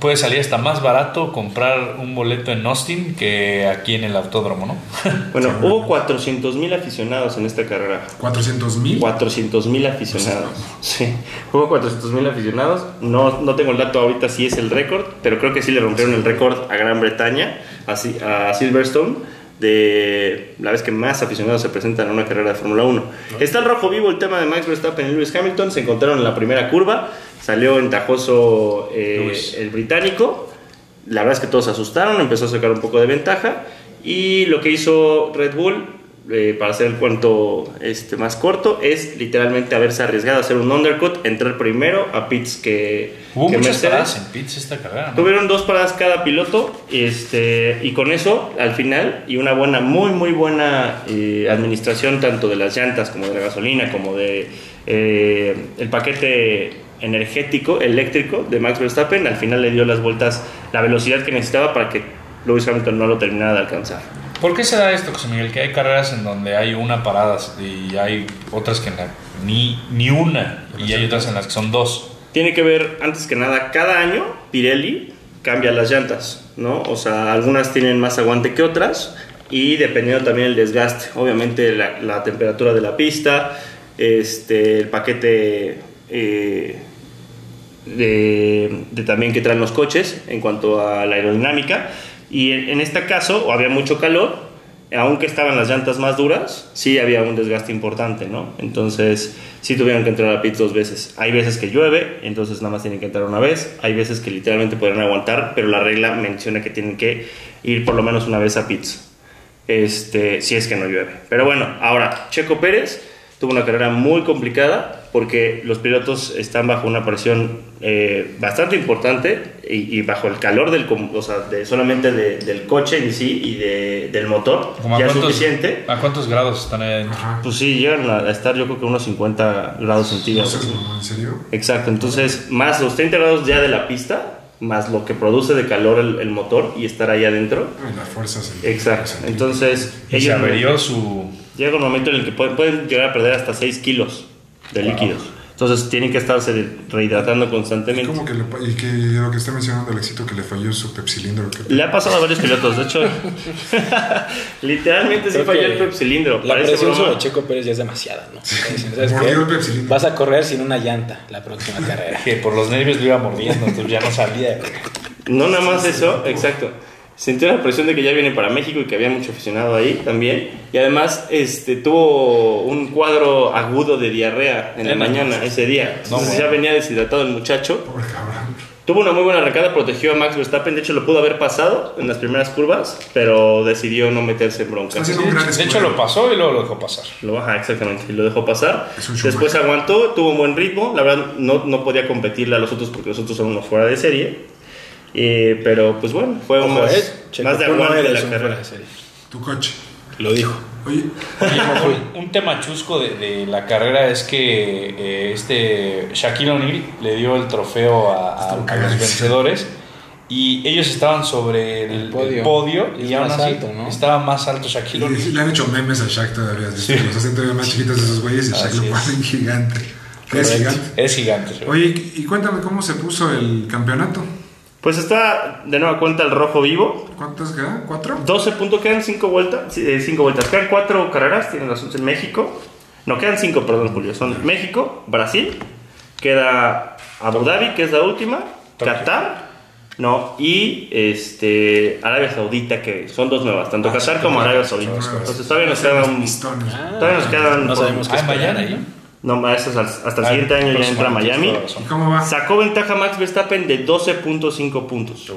puede salir hasta más barato comprar un boleto en Austin que aquí en el autódromo, ¿no?
Bueno, hubo 400 mil aficionados en esta carrera.
400 mil.
400 mil aficionados. Sí, hubo 400 mil aficionados. No, no tengo el dato ahorita si es el récord, pero creo que sí le rompieron el récord a Gran Bretaña, así a Silverstone, de la vez que más aficionados se presentan en una carrera de Fórmula 1. Está el rojo vivo el tema de Max Verstappen y Lewis Hamilton. Se encontraron en la primera curva, salió ventajoso eh,
Lewis.
el británico. La verdad es que todos se asustaron, empezó a sacar un poco de ventaja. Y lo que hizo Red Bull, eh, para hacer el cuento este, más corto, es literalmente haberse arriesgado a hacer un undercut, entrar primero a pits que,
Hubo
que
muchas
Mercedes.
paradas en pits esta carrera, ¿no?
Tuvieron dos paradas cada piloto este, y con eso al final y una buena, muy muy buena eh, administración tanto de las llantas como de la gasolina como de eh, el paquete energético eléctrico de Max Verstappen al final le dio las vueltas la velocidad que necesitaba para que Lewis Hamilton no lo terminara de alcanzar.
¿Por qué se da esto, José Miguel? Que hay carreras en donde hay una parada y hay otras que na- ni, ni una y hay otras en las que son dos.
Tiene que ver, antes que nada, cada año Pirelli cambia las llantas, ¿no? O sea, algunas tienen más aguante que otras y dependiendo también el desgaste, obviamente la, la temperatura de la pista, este, el paquete eh, de, de también que traen los coches en cuanto a la aerodinámica. Y en, en este caso había mucho calor, aunque estaban las llantas más duras, sí había un desgaste importante, ¿no? Entonces sí tuvieron que entrar a pits dos veces. Hay veces que llueve, entonces nada más tienen que entrar una vez. Hay veces que literalmente podrán aguantar, pero la regla menciona que tienen que ir por lo menos una vez a pits. Este, si es que no llueve. Pero bueno, ahora, Checo Pérez tuvo una carrera muy complicada porque los pilotos están bajo una presión eh, bastante importante y, y bajo el calor del, com- o sea, de- solamente de- del coche en sí y de- del motor.
Como
ya
a,
es
cuántos, Ah.
suficiente.
¿A cuántos grados están ahí adentro?
Pues sí, llegan a estar yo creo que unos 50 grados
No
centígrados.
seas mamón, ¿En serio?
Exacto, entonces más los 30 grados ya de la pista, más lo que produce de calor el, el motor y estar ahí adentro.
Ay, las fuerzas. en-
Exacto,
en-
entonces
Y se averió su...
Llega un momento en el que pueden, pueden llegar a perder hasta 6 kilos de líquidos. Entonces tienen que estarse rehidratando constantemente.
Como que le pa- y que lo que está mencionando el éxito que le falló su pepsilindro. Que,
Le ha pasado a varios pilotos, de hecho, literalmente sí
Creo
falló
que
el cilindro.
La
Parece
presión
broma.
sobre Checo Pérez ya es demasiada, ¿no? Dicen, ¿sabes
Mordió
qué?
el pepsilindro.
Vas a correr sin una llanta la próxima carrera.
Que por los nervios lo iba mordiendo, entonces ya no salía. güey.
No nada más eso, exacto. Sintió la presión de que ya viene para México y que había mucho aficionado ahí también. Y además este, tuvo un cuadro agudo de diarrea en la
No,
mañana ese día.
No,
Entonces ya
bueno.
venía deshidratado el muchacho.
Pobre cabrón.
Tuvo una muy buena arrancada, protegió a Max Verstappen. De hecho, lo pudo haber pasado en las primeras curvas, pero decidió no meterse en bronca.
Está haciendo un gran
De hecho,
esfuerzo.
lo pasó y luego lo dejó pasar.
Lo baja, exactamente, y lo dejó pasar.
Es un
Después aguantó, tuvo un buen ritmo. La verdad, no, no podía competirle a los otros porque los otros son unos fuera de serie. Eh, pero pues bueno, fue un
Ojo,
más,
¿eh? Checo,
más de
tú no
aguante de
eres
la
un
carrera.
fuera de serie.
Tu coche.
Lo dijo.
Oye,
Oye, un, un tema chusco de, de la carrera es que eh, este Shaquille O'Neal le dio el trofeo a, a-
Estuvo
a los
cagadísimo.
vencedores y ellos estaban sobre el, el podio,
podio.
y,
Es
aún
más
así
alto, ¿no?
estaba más alto Shaquille O'Neal.
le, le han hecho memes a Shaq todavía. ¿has visto?
Sí.
Los hacen todavía más chiquitos esos güeyes y Shaq
Así
lo
es.
ponen gigante. Es gigante.
Es gigante. güey.
Oye, y cuéntame cómo se puso el campeonato.
Pues está de nueva cuenta el rojo vivo.
¿Cuántas quedan? ¿Cuatro?
12 puntos, quedan 5 vueltas. 5 eh, vueltas. Quedan 4 carreras, tienen razón, en México. No, quedan 5, perdón, Julio. Son México, Brasil, queda Abu Dhabi, que es la última,
Tokio.
Qatar, no, y este Arabia Saudita, que son dos nuevas, tanto Qatar como Arabia Saudita. Entonces todavía nos quedan.
Pistones.
Todavía nos quedan.
No
por-
sabemos qué
Ah,
esperar,
mañana,
¿no?
¿eh?
No, eso es al- hasta el
Ah,
siguiente año ya entra
próximo,
Miami.
¿Y
tienes toda la razón.
cómo va?
Sacó ventaja Max Verstappen de 12.5 puntos.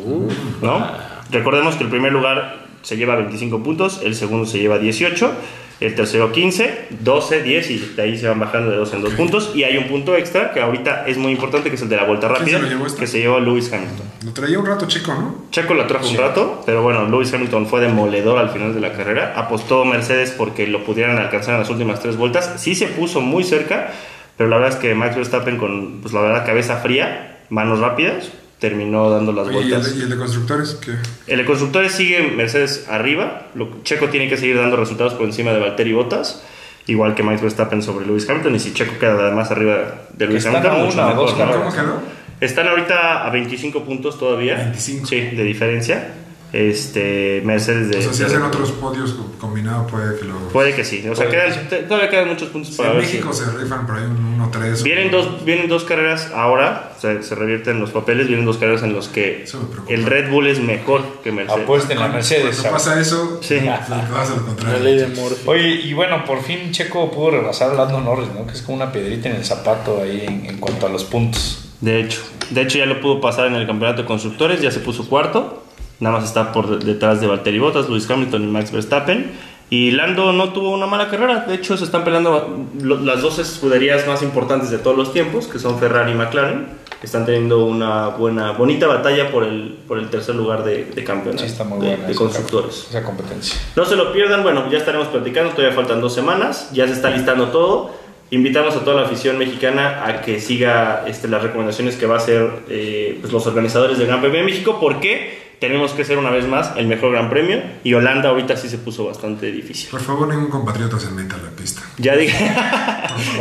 ¿no? Recordemos que el primer lugar se lleva 25 puntos, el segundo se lleva 18, el tercero 15, 12, 10 y de ahí se van bajando de 2 en 2 puntos. Y hay un punto extra que ahorita es muy importante, que es el de la vuelta
¿Quién se
rápida,
lo llevó este?
que se llevó Lewis Hamilton.
Lo traía un rato, chico, ¿no?
Checo la trajo un rato, pero bueno, Lewis Hamilton fue demoledor al final de la carrera. Apostó Mercedes porque lo pudieran alcanzar en las últimas tres vueltas. Sí se puso muy cerca, pero la verdad es que Max Verstappen con, pues la verdad, cabeza fría, manos rápidas, terminó dando las
Oye, ¿y, el
vueltas.
de, y el de constructores, que
El de constructores sigue Mercedes arriba. Lo- Checo tiene que seguir dando resultados por encima de Valtteri Bottas. Igual que Max Verstappen sobre Lewis Hamilton. Y si Checo queda además arriba de Lewis
están
Hamilton,
a
mucho
una o
mejor,
dos
¿no?
carreras.
¿Cómo quedó?
Están ahorita a 25 puntos todavía.
25.
Sí, de diferencia. Este, Mercedes de.
O sea, si
de-
hacen otros podios co- combinado, puede que lo.
Puede que sí. O sea, quedan- te- todavía quedan muchos puntos
Si
para
en
ver. si-
México se rifan por ahí un 1-3.
Vienen dos, vienen dos carreras ahora, se, se revierten los papeles, vienen dos carreras en los que
Eso me preocupa.
el Red Bull es mejor que Mercedes.
Apuesten la Mercedes.
Cuando
¿sabes?
pasa eso, pues,
Sí.
te vas al contrario.
La ley de Murphy.
Oye, y bueno, por fin Checo pudo rebasar a Lando Norris, ¿no? Que es como una piedrita en el zapato ahí en, en cuanto a los puntos.
De hecho, de hecho ya lo pudo pasar en el campeonato de constructores, ya se puso cuarto. Nada más está por detrás de Valtteri Bottas, Lewis Hamilton y Max Verstappen. Y Lando no tuvo una mala carrera. De hecho, se están peleando lo- las dos escuderías más importantes de todos los tiempos, que son Ferrari y McLaren. que Están teniendo una buena, bonita batalla por el, por el tercer lugar de, de campeonato
Sí, está muy
de-
buena.
de
esa-
constructores.
Esa competencia.
No se lo pierdan, bueno, ya estaremos platicando, todavía faltan dos semanas, ya se está listando todo. Invitamos a toda la afición mexicana a que siga este, las recomendaciones que va a hacer eh, pues, los organizadores del Gran Premio de México, porque tenemos que ser una vez más el mejor Gran Premio y Holanda ahorita sí se puso bastante difícil.
Por favor, ningún compatriota se meta a la pista.
Ya dije,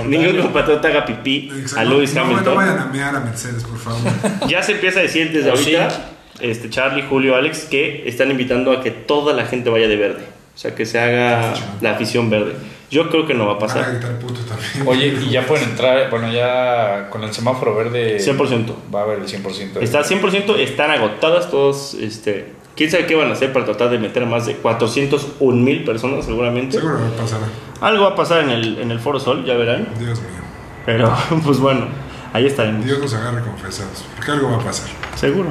ningún compatriota haga pipí a
Exacto.
Lewis
no,
Hamilton.
No vayan a mear a Mercedes, por favor.
Ya se empieza a decir desde
¿O sí?
ahorita, este, Charlie, Julio, Alex, que están invitando a que toda la gente vaya de verde. O sea, que se haga la afición verde. Yo creo que no va a
Van a
pasar.
gritar puto también.
Oye, y ya pueden entrar, bueno, ya con el semáforo verde.
100%.
Va a haber el 100%.
Está 100%, están agotadas todos. Este, ¿Quién sabe qué van a hacer para tratar de meter a más de 401 mil personas seguramente?
Seguro no pasará.
Algo va a pasar en el, en el Foro Sol, ya verán.
Dios mío.
Pero pues bueno, ahí estaremos.
Dios nos agarre confesados. Porque algo va a pasar.
Seguro.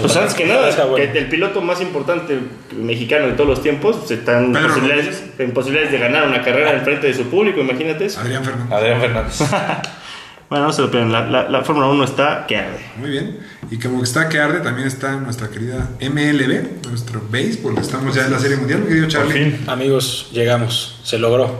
Pues antes que nada,
Está bueno.
que el piloto más importante mexicano de todos los tiempos pues, está en
Pedro
posibilidades, en posibilidades de ganar una carrera en frente de su público, imagínate eso.
Adrián
Ah.
Fernández.
Adrián Fernández.
Bueno, no se lo pierdan, la, la- la Fórmula 1 está que arde.
Muy bien. Y como que está que arde, también está nuestra querida MLB, nuestro béisbol. Estamos ya en la Serie Mundial, mi querido
Por
Charlie.
fin.
Amigos, llegamos, se logró.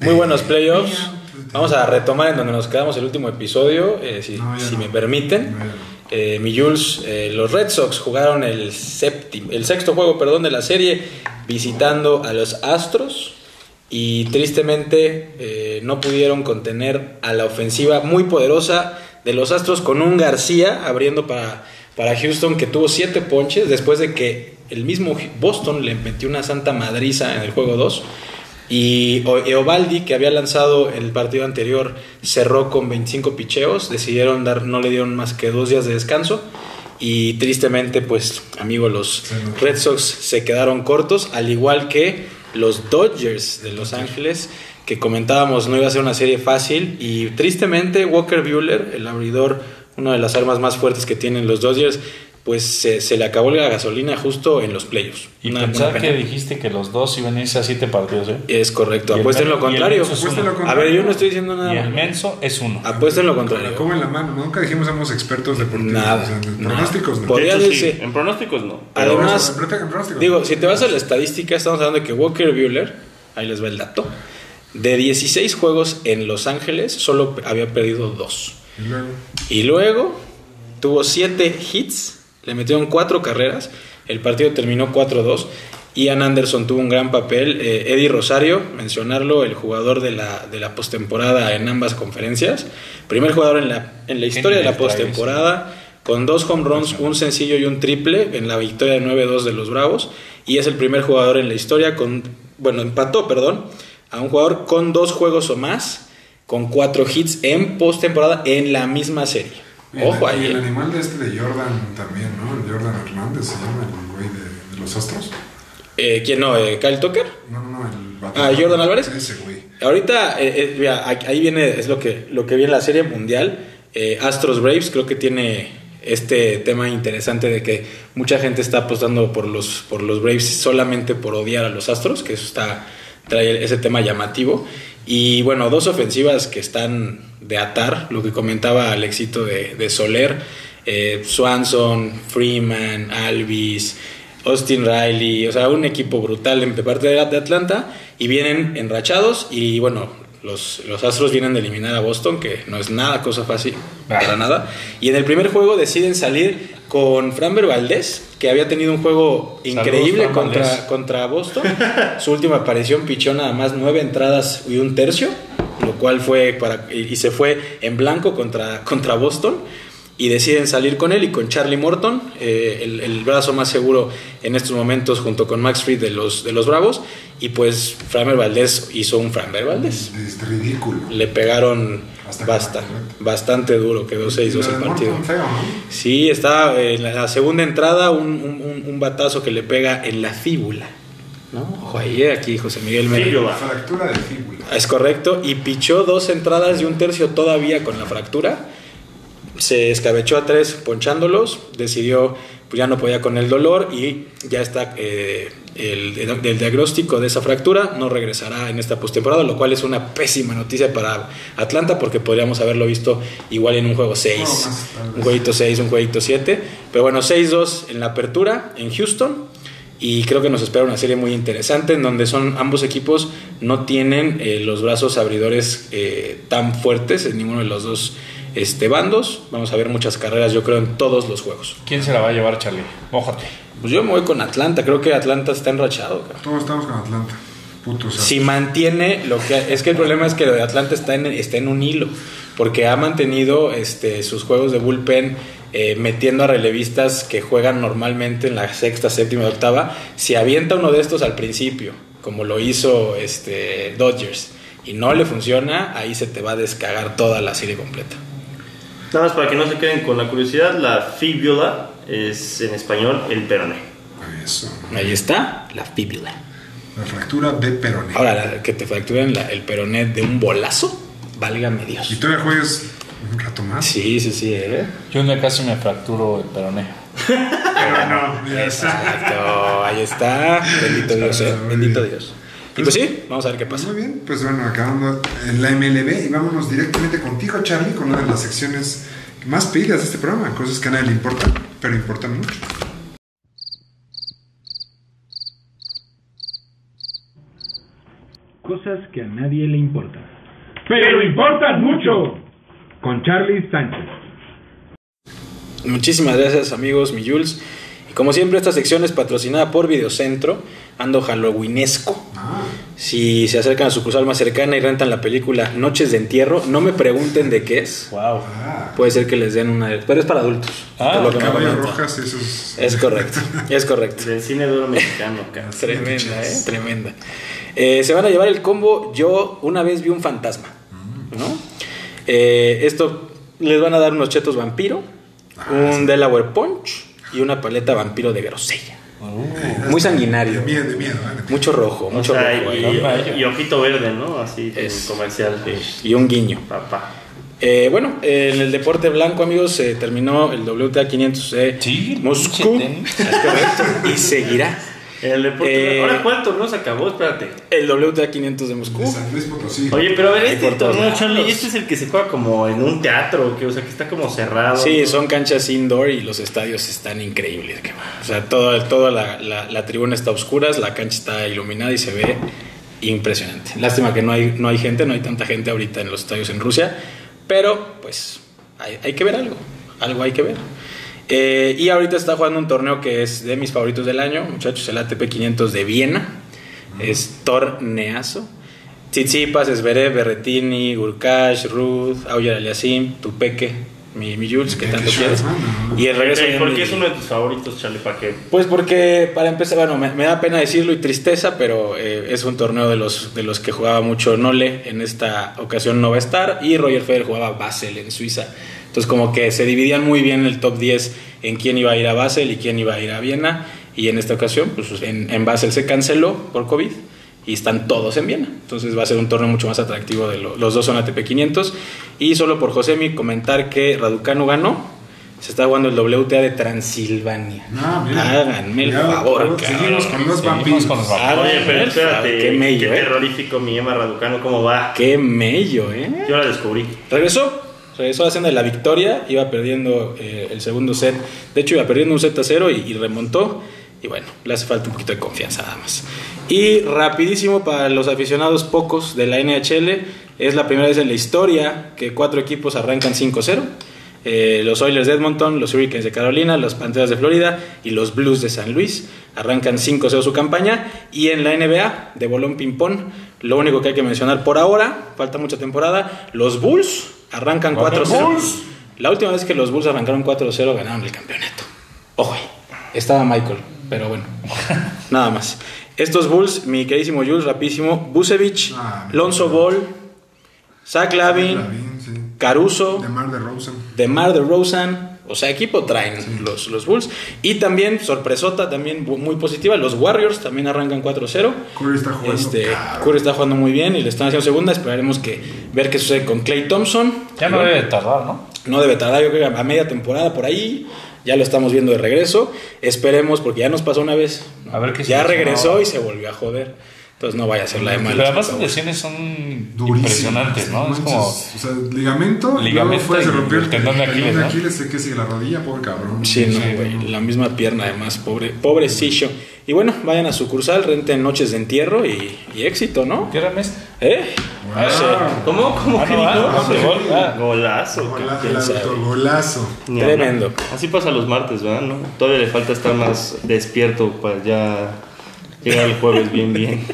Muy buenos playoffs.
pues,
Vamos a retomar en donde nos quedamos el último episodio, eh, si,
No, ya
si
no.
me permiten.
No, ya no.
Eh, mi Jules, eh, los Red Sox jugaron el séptimo, el sexto juego, perdón, de la serie, visitando a los Astros.
y tristemente eh, no pudieron contener a la ofensiva muy poderosa de los Astros con un García abriendo para, para Houston que tuvo siete ponches después de que el mismo Boston le metió una santa madriza en el juego 2. Y Eovaldi, que había lanzado el partido anterior, cerró con 25 picheos. Decidieron dar, no le dieron más que dos días de descanso. Y tristemente, pues, amigo, los Red Sox se quedaron cortos, al igual que los Dodgers de Los Ángeles, que comentábamos no iba a ser una serie fácil. Y tristemente, Walker Bueller, el abridor, una de las armas más fuertes que tienen los Dodgers, pues se, se le acabó la gasolina justo en los playoffs.
Y
Una-
pensar
una
que
pena.
dijiste que los dos iban a irse a siete partidos, ¿eh?
Es
Y
correcto,
el
apuesten
Mets-
lo
y el
contrario.
Mets es
Apuesten
uno.
lo
A
contrario.
ver, yo no estoy diciendo nada. Ah.
Y el
malo.
menso es uno.
Apuesten Pues lo
Con la
contrario.
coba en la mano. Nunca dijimos somos expertos deportivos.
Nada,
o sea, en
nada.
pronósticos no.
Por-
De
Podría
hecho, sí,
decirse-
en pronósticos no.
Además,
Pero este en pronósticos.
digo, si te vas a la estadística, estamos hablando de que Walker Bueller, ahí les va el dato, de 16 juegos en Los Ángeles, solo había perdido 2.
Y luego,
Y luego tuvo 7 hits, le metieron 4 carreras, el partido terminó 4-2. Ian Anderson tuvo un gran papel, eh, Eddie Rosario, mencionarlo, el jugador de la, de la postemporada en ambas conferencias, primer jugador en la, en la historia de la
nivel trae
postemporada, con dos home runs, un sencillo y un triple en la victoria 9-2 de los Bravos, y es el primer jugador en la historia con, bueno, empató, perdón, a un jugador con dos juegos o más, con cuatro hits en postemporada en la misma serie.
y el-
Ojo
Y
ahí.
el
eh.
animal de este de Jordan también, ¿no? El Jordan Hernández se llama el güey de, de los astros.
Eh, ¿Quién no? Eh, ¿Kyle Tucker?
No, no, no, el
Ah, Jordan Álvarez.
Ese güey.
Ahorita, eh, eh, mira, aquí- ahí viene, es lo que, lo que viene la serie mundial. Eh, Astros Braves creo que tiene este tema interesante de que mucha gente está apostando por los, por los Braves solamente por odiar a los Astros, que eso está, trae ese tema llamativo. Y bueno, dos ofensivas que están de atar, lo que comentaba Alexito de, de Soler, eh, Swanson, Freeman, Alvis, Austin Riley, o sea, un equipo brutal en- de parte de, de Atlanta y vienen enrachados y bueno, los, los Astros vienen de eliminar a Boston, que no es nada cosa fácil, para nada. Y en el primer juego deciden salir con Framber Valdez, que había tenido un juego
Saludos,
increíble
Fran Valdez.
contra, contra Boston. Su última aparición pichó nada más nueve entradas y un tercio, lo cual fue para y y se fue en blanco contra, contra Boston. Y deciden salir con él y con Charlie Morton, eh, el, el brazo más seguro en estos momentos junto con Max Fried de los, de los Bravos. Y pues Framer Valdés hizo un Framer Valdés.
Es ridículo.
Le pegaron
Hasta
basta,
que-
bastante duro, quedó 6-2 el
Lo de
partido.
Morton feo, ¿no?
Sí, está eh, en la- la segunda entrada un, un- un- un batazo que le pega en la fíbula. ¿No? Ojo ahí, eh, aquí José Miguel me-
Fíbula.
La fractura de fíbula.
Es correcto. Y pichó dos entradas de un tercio todavía con la fractura. Se escabechó a tres ponchándolos. Decidió, pues ya no podía con el dolor. Y ya está eh, el, el diagnóstico de esa fractura. No regresará en esta postemporada. Lo cual es una pésima noticia para Atlanta. Porque podríamos haberlo visto igual en un juego 6.
No, más, tal vez.
un jueguito 6, un jueguito 7. Pero bueno, 6-2 en la apertura en Houston. Y creo que nos espera una serie muy interesante en donde son ambos equipos no tienen eh, los brazos abridores eh, tan fuertes en ninguno de los dos este, bandos. Vamos a ver muchas carreras, yo creo, en todos los juegos.
¿Quién se la va a llevar, Charlie? Mójate.
Pues yo me voy con Atlanta, creo que Atlanta está enrachado. cabrón.
Todos estamos con Atlanta. Putos.
Si mantiene lo que es que el problema es que lo de Atlanta está en, está en un hilo, porque ha mantenido este, sus juegos de bullpen eh, metiendo a relevistas que juegan normalmente en la sexta, séptima, octava. Si avienta uno de estos al principio, como lo hizo este, Dodgers, y no le funciona, ahí se te va a descagar toda la serie completa.
Nada más para que no se queden con la curiosidad, la fíbula es en español el peroné.
Eso.
Ahí está la fíbula.
La fractura de peroné.
Ahora, la- que te fracturen la- el peroné de un bolazo, válgame
Y
Dios.
todavía juegas un rato más.
Sí, sí, sí, ¿eh?
Yo un día casi me fracturo el peroné.
Pero no. ya está.
Exacto, ahí está. Bendito Dios, eh. Bendito Dios. Y pues sí, vamos a ver qué pasa.
Muy bien, pues bueno, acabando en la MLB y vámonos directamente contigo, Charlie, con una de las secciones más pedidas de este programa. Cosas que a nadie le importan, pero importan mucho.
Cosas que a nadie le importan. Pero importan mucho. Con Charlie Sánchez.
Muchísimas gracias amigos, mi Jules. Y como siempre, esta sección es patrocinada por Videocentro. Ando halloweenesco. Si se acercan a su sucursal más cercana y rentan la película Noches de Entierro, no me pregunten de qué es.
Wow.
Puede ser que les den una... de- Pero es para adultos.
Ah,
por lo que me
Caballo
comentan.
Rojas, eso es.
Es correcto, es correcto.
Del cine duro mexicano, cara.
Tremenda, ¿eh? Tremenda. Eh, se van a llevar el combo Yo una vez vi un fantasma, ¿no? Eh, esto les van a dar unos chetos vampiro, un Delaware Punch y una paleta vampiro de grosella.
De
Muy sanguinario.
miedo, de miedo. ¿eh?
Mucho rojo,
O
mucho
sea,
rojo.
y,
ahí.
y- y ojito verde, ¿no? Así, como
Es.
comercial de
Y un guiño.
papá.
Eh, bueno, eh, en el deporte blanco, amigos, se terminó el WTA 500 de
Sí,
Moscú.
pinche tenis.
Es correcto. Y seguirá
El deporte.
Eh,
Ahora, ¿cuál torneo se acabó? Espérate.
el WTA 500 de Moscú.
De San Luis Potosí.
Oye, pero a ver, este
por todos
torneo,
lados.
Charlie, este es el que se juega como en un teatro, que, o sea, que está como cerrado.
Sí, son canchas indoor y los estadios están increíbles. cabrón. O sea, toda, toda la, la- la tribuna está a oscuras, la cancha está iluminada y se ve impresionante. Lástima que no hay, no hay gente, no hay tanta gente ahorita en los estadios en Rusia, pero pues hay, hay que ver algo, algo hay que ver. Eh, y ahorita está jugando un torneo que es de mis favoritos del año, muchachos, el ATP 500 de Viena. Es torneazo. Tsitsipas, Esberé, Berretini, Gurkash, Ruth, Auger Aliasim, Tupeque, mi, mi Jules, que
Qué
tanto
show,
quieres.
hermano.
Y el regreso de
Porque,
Henry.
es uno de tus favoritos, Charlie, para que.
Pues porque, para empezar, bueno, me, me da pena decirlo y tristeza, pero eh, es un torneo de los, de los que jugaba mucho Nole, en esta ocasión no va a estar, y Roger Federer jugaba Basel en Suiza. Entonces como que se dividían muy bien el top 10 en quién iba a ir a Basel y quién iba a ir a Viena, y en esta ocasión, pues en, en Basel se canceló por COVID. Y están todos en Viena. Entonces va a ser un torneo mucho más atractivo. De lo- los dos son ATP 500. Y solo por Josemi comentar que Raducanu ganó. Se está jugando el WTA de Transilvania.
Ah, mira.
Háganme el
Ya,
favor, cabrón.
Seguimos con los
Seguimos
vampiros.
con los vampiros.
Háganme
Oye, pero
el favor.
espérate.
Ah, Qué mello,
qué
¿eh?
terrorífico mi Emma Raducano, ¿cómo va?
Qué mello, ¿eh?
Yo la descubrí.
Regresó. Regresó a la senda de la victoria. Iba perdiendo eh, el segundo set. De hecho, iba perdiendo un set a cero y, y remontó. Y bueno, le hace falta un poquito de confianza nada más. Y rapidísimo para los aficionados pocos de la NHL. Es la primera vez en la historia que cuatro equipos arrancan 5-0. Eh, los Oilers de Edmonton, los Hurricanes de Carolina, los Panteras de Florida y los Blues de San Luis arrancan 5-0 su campaña. Y en la NBA, de Bolón Ping-Pong, lo único que hay que mencionar por ahora, falta mucha temporada, los Bulls arrancan 4-0. La última vez que los Bulls arrancaron 4-0 ganaron el campeonato. Ojo, ahí, estaba Michael, pero bueno, nada más. Estos Bulls, mi queridísimo Jules, rapidísimo, Busevich,
Ah, mi
Lonzo Ball, Zach Lavin,
Lavín, sí.
Caruso,
De Mar de Rosen.
de Mar de Rosen. O sea, equipo traen los, los Bulls. Y también, sorpresota, también bu- muy positiva, los Warriors también arrancan 4-0.
Curry está jugando.
Este,
cabrón.
Curry está jugando muy bien y le están haciendo segunda. Esperaremos que ver qué sucede con Clay Thompson.
Ya no debe de tardar, ¿no?
No debe tardar, yo creo que a media temporada por ahí. Ya lo estamos viendo de regreso. Esperemos, porque ya nos pasó una vez. ¿no?
A ver qué
ya
se-
regresó y se volvió a joder. Entonces no vaya a ser la de mal.
Pero además sus lesiones son
Durísimo.
impresionantes, ¿no? Es
Manches,
como...
O sea, ligamento. y luego
Ligamento
fue, se
y
rompió
el tendón de Aquiles,
tendón
¿no?
Aquiles, sé que sigue la rodilla, pobre cabrón.
Sí, no, güey. La misma pierna, además, pobre, pobrecillo. Y bueno, vayan a sucursal, renten noches de entierro y, y éxito, ¿no?
¿Qué era esto?
¿Eh?
Ah,
Sí.
¿Cómo? ¿Cómo
Ah,
que
no,
dijo?
ah, no, se vol- ah.
Golazo.
Gola-
cara.
el autogolazo.
Ni hablar.
Tremendo.
Así pasa los martes, ¿verdad? ¿No? Todavía le falta estar más despierto para ya llegar el jueves bien, bien.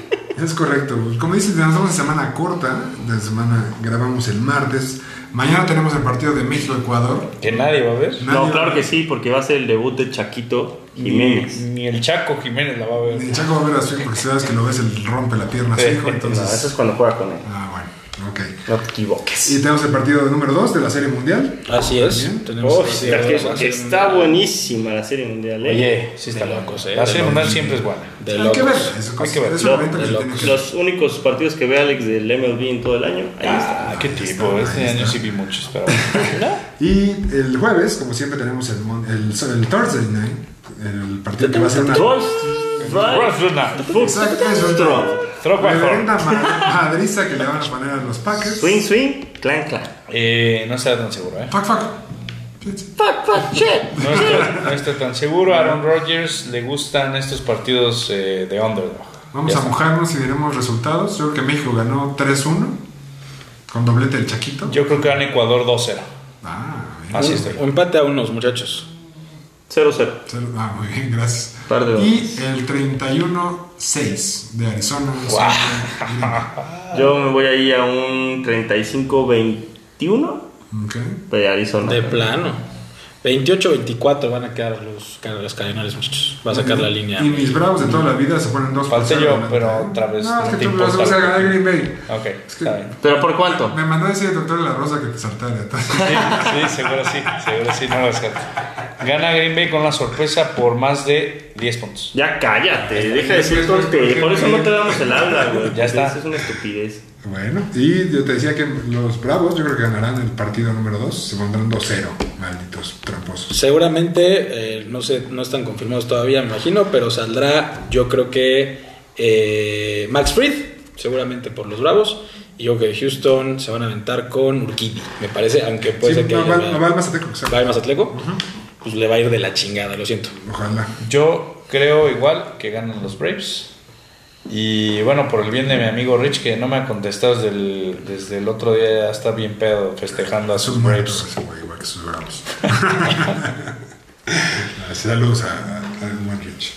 Es correcto. güey. Como dices, nos vamos en semana corta. De semana grabamos el martes. Mañana tenemos el partido de México-Ecuador.
Que nadie va a ver.
Nadie
No,
va-
claro que sí, porque va a ser el debut de Chaquito Jiménez.
Ni el Chaco Jiménez la va a ver.
Ni Chaco va a ver a su hijo, porque si sabes que lo ves, él rompe la pierna a su
Sí.
hijo.
No, eso es
Entonces.
cuando juega con él.
Ah, bueno, ok.
No te equivoques.
Y tenemos el partido número 2 de la Serie Mundial.
Así es.
Bien.
Tenemos
Uf,
así,
está,
va a ser un-
está buenísima la serie mundial, ¿eh?
Oye, sí está
de
loco.
locos, eh,
La
de
serie
locos.
mundial siempre es buena.
de
Hay que ver.
locos.
Es,
Hay que ver.
es un
Lo-
evento que
de
se tiene
locos.
que
Los únicos partidos que ve Alex del MLB en todo el año, ahí está.
Ah, qué tipo. Este año sí vi muchos, pero... ¿No?
Y el jueves, como siempre, tenemos el, mon- el, el Thursday Night, el partido que va a ser una... Exacto,
Este
es un
Throw by
reverenda ma- madriza que le van a poner a los Packers.
Swing, swing, clan, clan.
Eh, no está tan seguro, ¿eh?
Fuck, fuck.
No estoy, no estoy tan seguro. A Aaron Rodgers le gustan estos partidos eh, de underdog.
Vamos
Ya
a
está.
mojarnos y veremos resultados. Yo creo que México ganó 3-1 con doblete del Chaquito.
Yo creo que gana Ecuador 2-0.
Ah, bien.
Así estoy.
Un empate a unos, muchachos.
0-0.
Cero- Ah, muy bien, gracias.
Par de
y el 31-6 de Arizona.
Yo me voy ahí a un 35-21
Ok.
de Arizona.
De plano. 28-24 van a quedar los, los Cardenales, muchachos. Va a sacar la línea.
Y mis bravos de toda la vida se ponen dos
Falté
por
yo,
cero adelante.
pero otra vez
No, es
no
que
te
tú me vas
importa.
a ganar Green Bay. Es
Ok,
que-
está bien.
¿Pero por cuánto?
Me mandó a decir el doctor de la Rosa que te saltara. entonces.
Sí, sí, seguro sí, seguro sí, no lo saco. Gana Green Bay con una sorpresa por más de 10 puntos.
Ya cállate, deja de decir tonterías. Por eso no te damos el habla, güey.
Ya está.
Eso es una estupidez.
Bueno, y yo te decía que los bravos yo creo que ganarán el partido número 2. Se pondrán 2-0, malditos tramposos.
Seguramente, eh, no sé, no están confirmados todavía, me imagino, pero saldrá, yo creo que eh, Max Fried, seguramente por los Bravos, y yo creo que Houston se van a aventar con Urquidi, me parece, aunque puede
Sí,
ser que
no,
ella
va,
vea-
no va el Mazateco, o sea,
va el Mazatleco, pues le va a ir de la chingada, lo siento.
Ojalá.
Yo creo igual que ganan los Braves. Y bueno, por el bien de mi amigo Rich, que no me ha contestado desde el, desde el otro día, ya está bien pedo festejando a
Sus
sus
muertos,
Braves.
ese güey, igual que sus bravos. Saludos a, a buen Rich.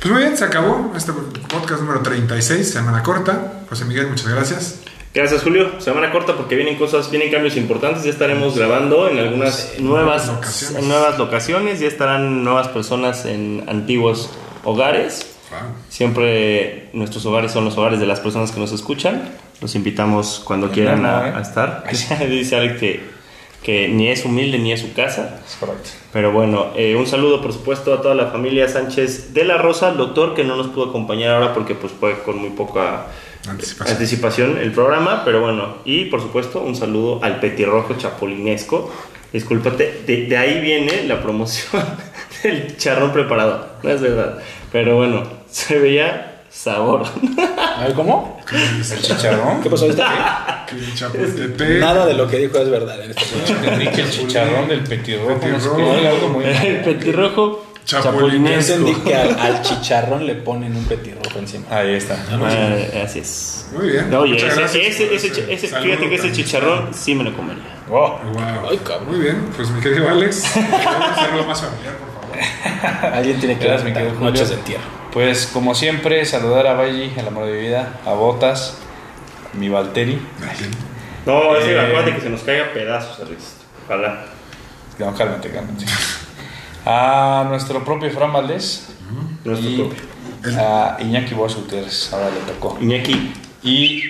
Pues muy bien, se acabó este podcast número 36, semana corta. José Miguel, muchas gracias.
Gracias, Julio. Semana corta porque vienen cosas, vienen cambios importantes. Ya estaremos grabando en algunas nuevas
locaciones.
en nuevas locaciones. Ya estarán nuevas personas en antiguos hogares.
Wow.
Siempre nuestros hogares son los hogares de las personas que nos escuchan. Los invitamos cuando quieran
no,
a,
¿eh?
a estar. Dice Alex que, que ni es humilde ni es su casa.
Es correcto.
Pero bueno, eh, un saludo por supuesto a toda la familia Sánchez de la Rosa, al doctor que no nos pudo acompañar ahora porque pues fue con muy poca
Anticipación.
anticipación el programa, pero bueno, y por supuesto un saludo al petirrojo chapolinesco. Discúlpate, de, de ahí viene la promoción del charrón preparado, no es verdad. Pero bueno, se veía sabor.
A ver, ¿cómo?
El chicharrón.
¿Qué pasó ahorita?
Que Chapultepec,
Nada de lo que dijo es verdad en este esta semana.
Enrique, el chicharrón del petirrojo. no sé qué,
Petirrojo.
algo muy
El petirrojo
Yo entendí
chapolinesco.
que al, al chicharrón le ponen un petirrojo encima.
Ahí está.
Ah, así es.
Muy bien.
No, Oye,
Muchas
ese,
gracias por
ese, ese,
ese
ese-
saludo
fíjate que ese
tan-
chicharrón sí me lo comería.
Wow.
Wow.
Ay, cabrón.
Muy bien, pues mi querido Alex, un saludo más familiar, por favor.
Alguien tiene que
Gracias, mi
aventar
querido Julio.
noches de entierro.
Pues como siempre, saludar a Valle, el amor de mi vida, a Botas, mi Valteri,
No,
ese,
ese
acuérdate
que se nos caiga pedazos, Alex. Ojalá.
no, cálmate, cálmate. A nuestro propio Fran Valdés
Nuestro
y
propio.
a Iñaki Boas Gutiérrez, ahora le tocó.
Iñaki.
Y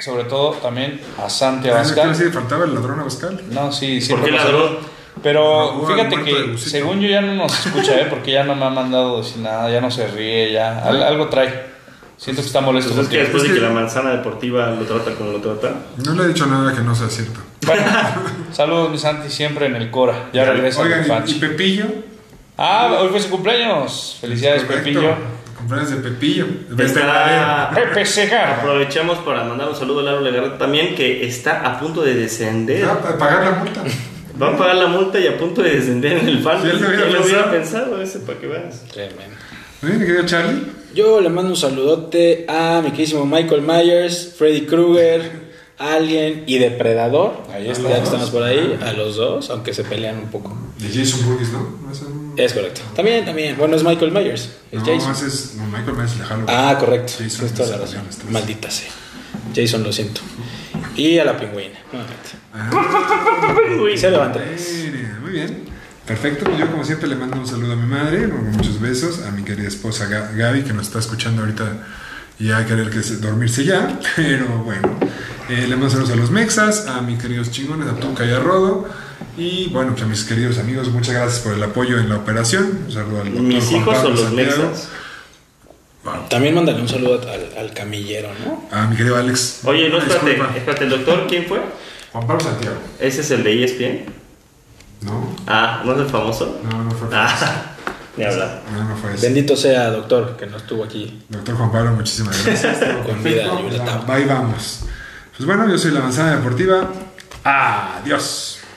sobre todo también a Santi
Ah, quiero
Abascal.
decir, faltaba el ladrón Abascal.
No, sí, sí.
¿Por qué
lo
ladrón?
saludo. Pero
Por favor,
fíjate
al muerto de
que
Lucito.
según yo ya no nos escucha, ¿eh? porque ya no me ha mandado decir nada, ya no se ríe, ya al- algo trae. Siento que está molesto.
Entonces Pues es que después
contigo.
de
Es
que
que-
la manzana deportiva lo trata como lo trata.
No le he dicho nada que no sea cierto.
Bueno, saludos, mi Santi, siempre en el Cora. Ya regresa el
Oigan, y,
Pancho.
y Pepillo.
Ah, hoy fue su cumpleaños. Felicidades,
Correcto.
Pepillo.
Cumpleaños de Pepillo. Este, De
Estará-
Pepe Segarra.
Aprovechamos para mandar un saludo a Lalo Legarreta también, que está a punto de descender.
Estelaria. Ah, pa- pagar la multa.
Va a pagar la multa y a punto de descender en el fan.
Sí, él lo hubiera pensado.
hubiera pensado ese para que veas.
Tremendo.
Muy bien, mi querido Charlie.
Yo le mando un saludote a mi queridísimo Michael Myers, Freddy Krueger, Alien y Depredador. Ahí está. Ya que estamos por ahí, a los dos, aunque se pelean un poco.
De Jason Burgess, ¿no? No, ese no-
Es correcto. También, también. Bueno, es Michael Myers. Es
no,
Jason.
ese es no, Michael Myers el de Halloween.
Ah, correcto.
Jason este
Tienes toda la
es el
razón.
de Halloween.
Maldita sea. Jason, lo siento. Y a la pingüina. nuevamente.
Uy.
Se levanta.
Mira, Muy bien. Perfecto, pues yo como siempre le mando un saludo a mi madre, muchos besos, a mi querida esposa Ga- Gaby que nos está escuchando ahorita y a querer que se- dormirse ya, pero bueno, Eh, le mando saludos a los mexas, a mis queridos chingones, a Tunca y a Rodo, y bueno, pues a mis queridos amigos, muchas gracias por el apoyo en la operación, un saludo al doctor
¿Mis
Juan
hijos o
Pablo
los
Santiago,
mexas?
También mándale un saludo al, al camillero, ¿no?
a mi querido Alex.
Oye, no,
Una
espérate,
disculpa.
espérate, el doctor, ¿quién fue?
Juan Pablo Santiago,
Ese es el de E ESPN.
no,
Ah, ¿no es el famoso?
no, no fue,
Ah, ni hablar.
no, no fue ese.
Bendito sea, doctor, que no estuvo aquí.
Doctor Juan Pablo, muchísimas gracias.
Con vida,
Perfecto.
Yuletao.
Ahí vamos. Pues bueno, yo soy la manzana deportiva. Adiós.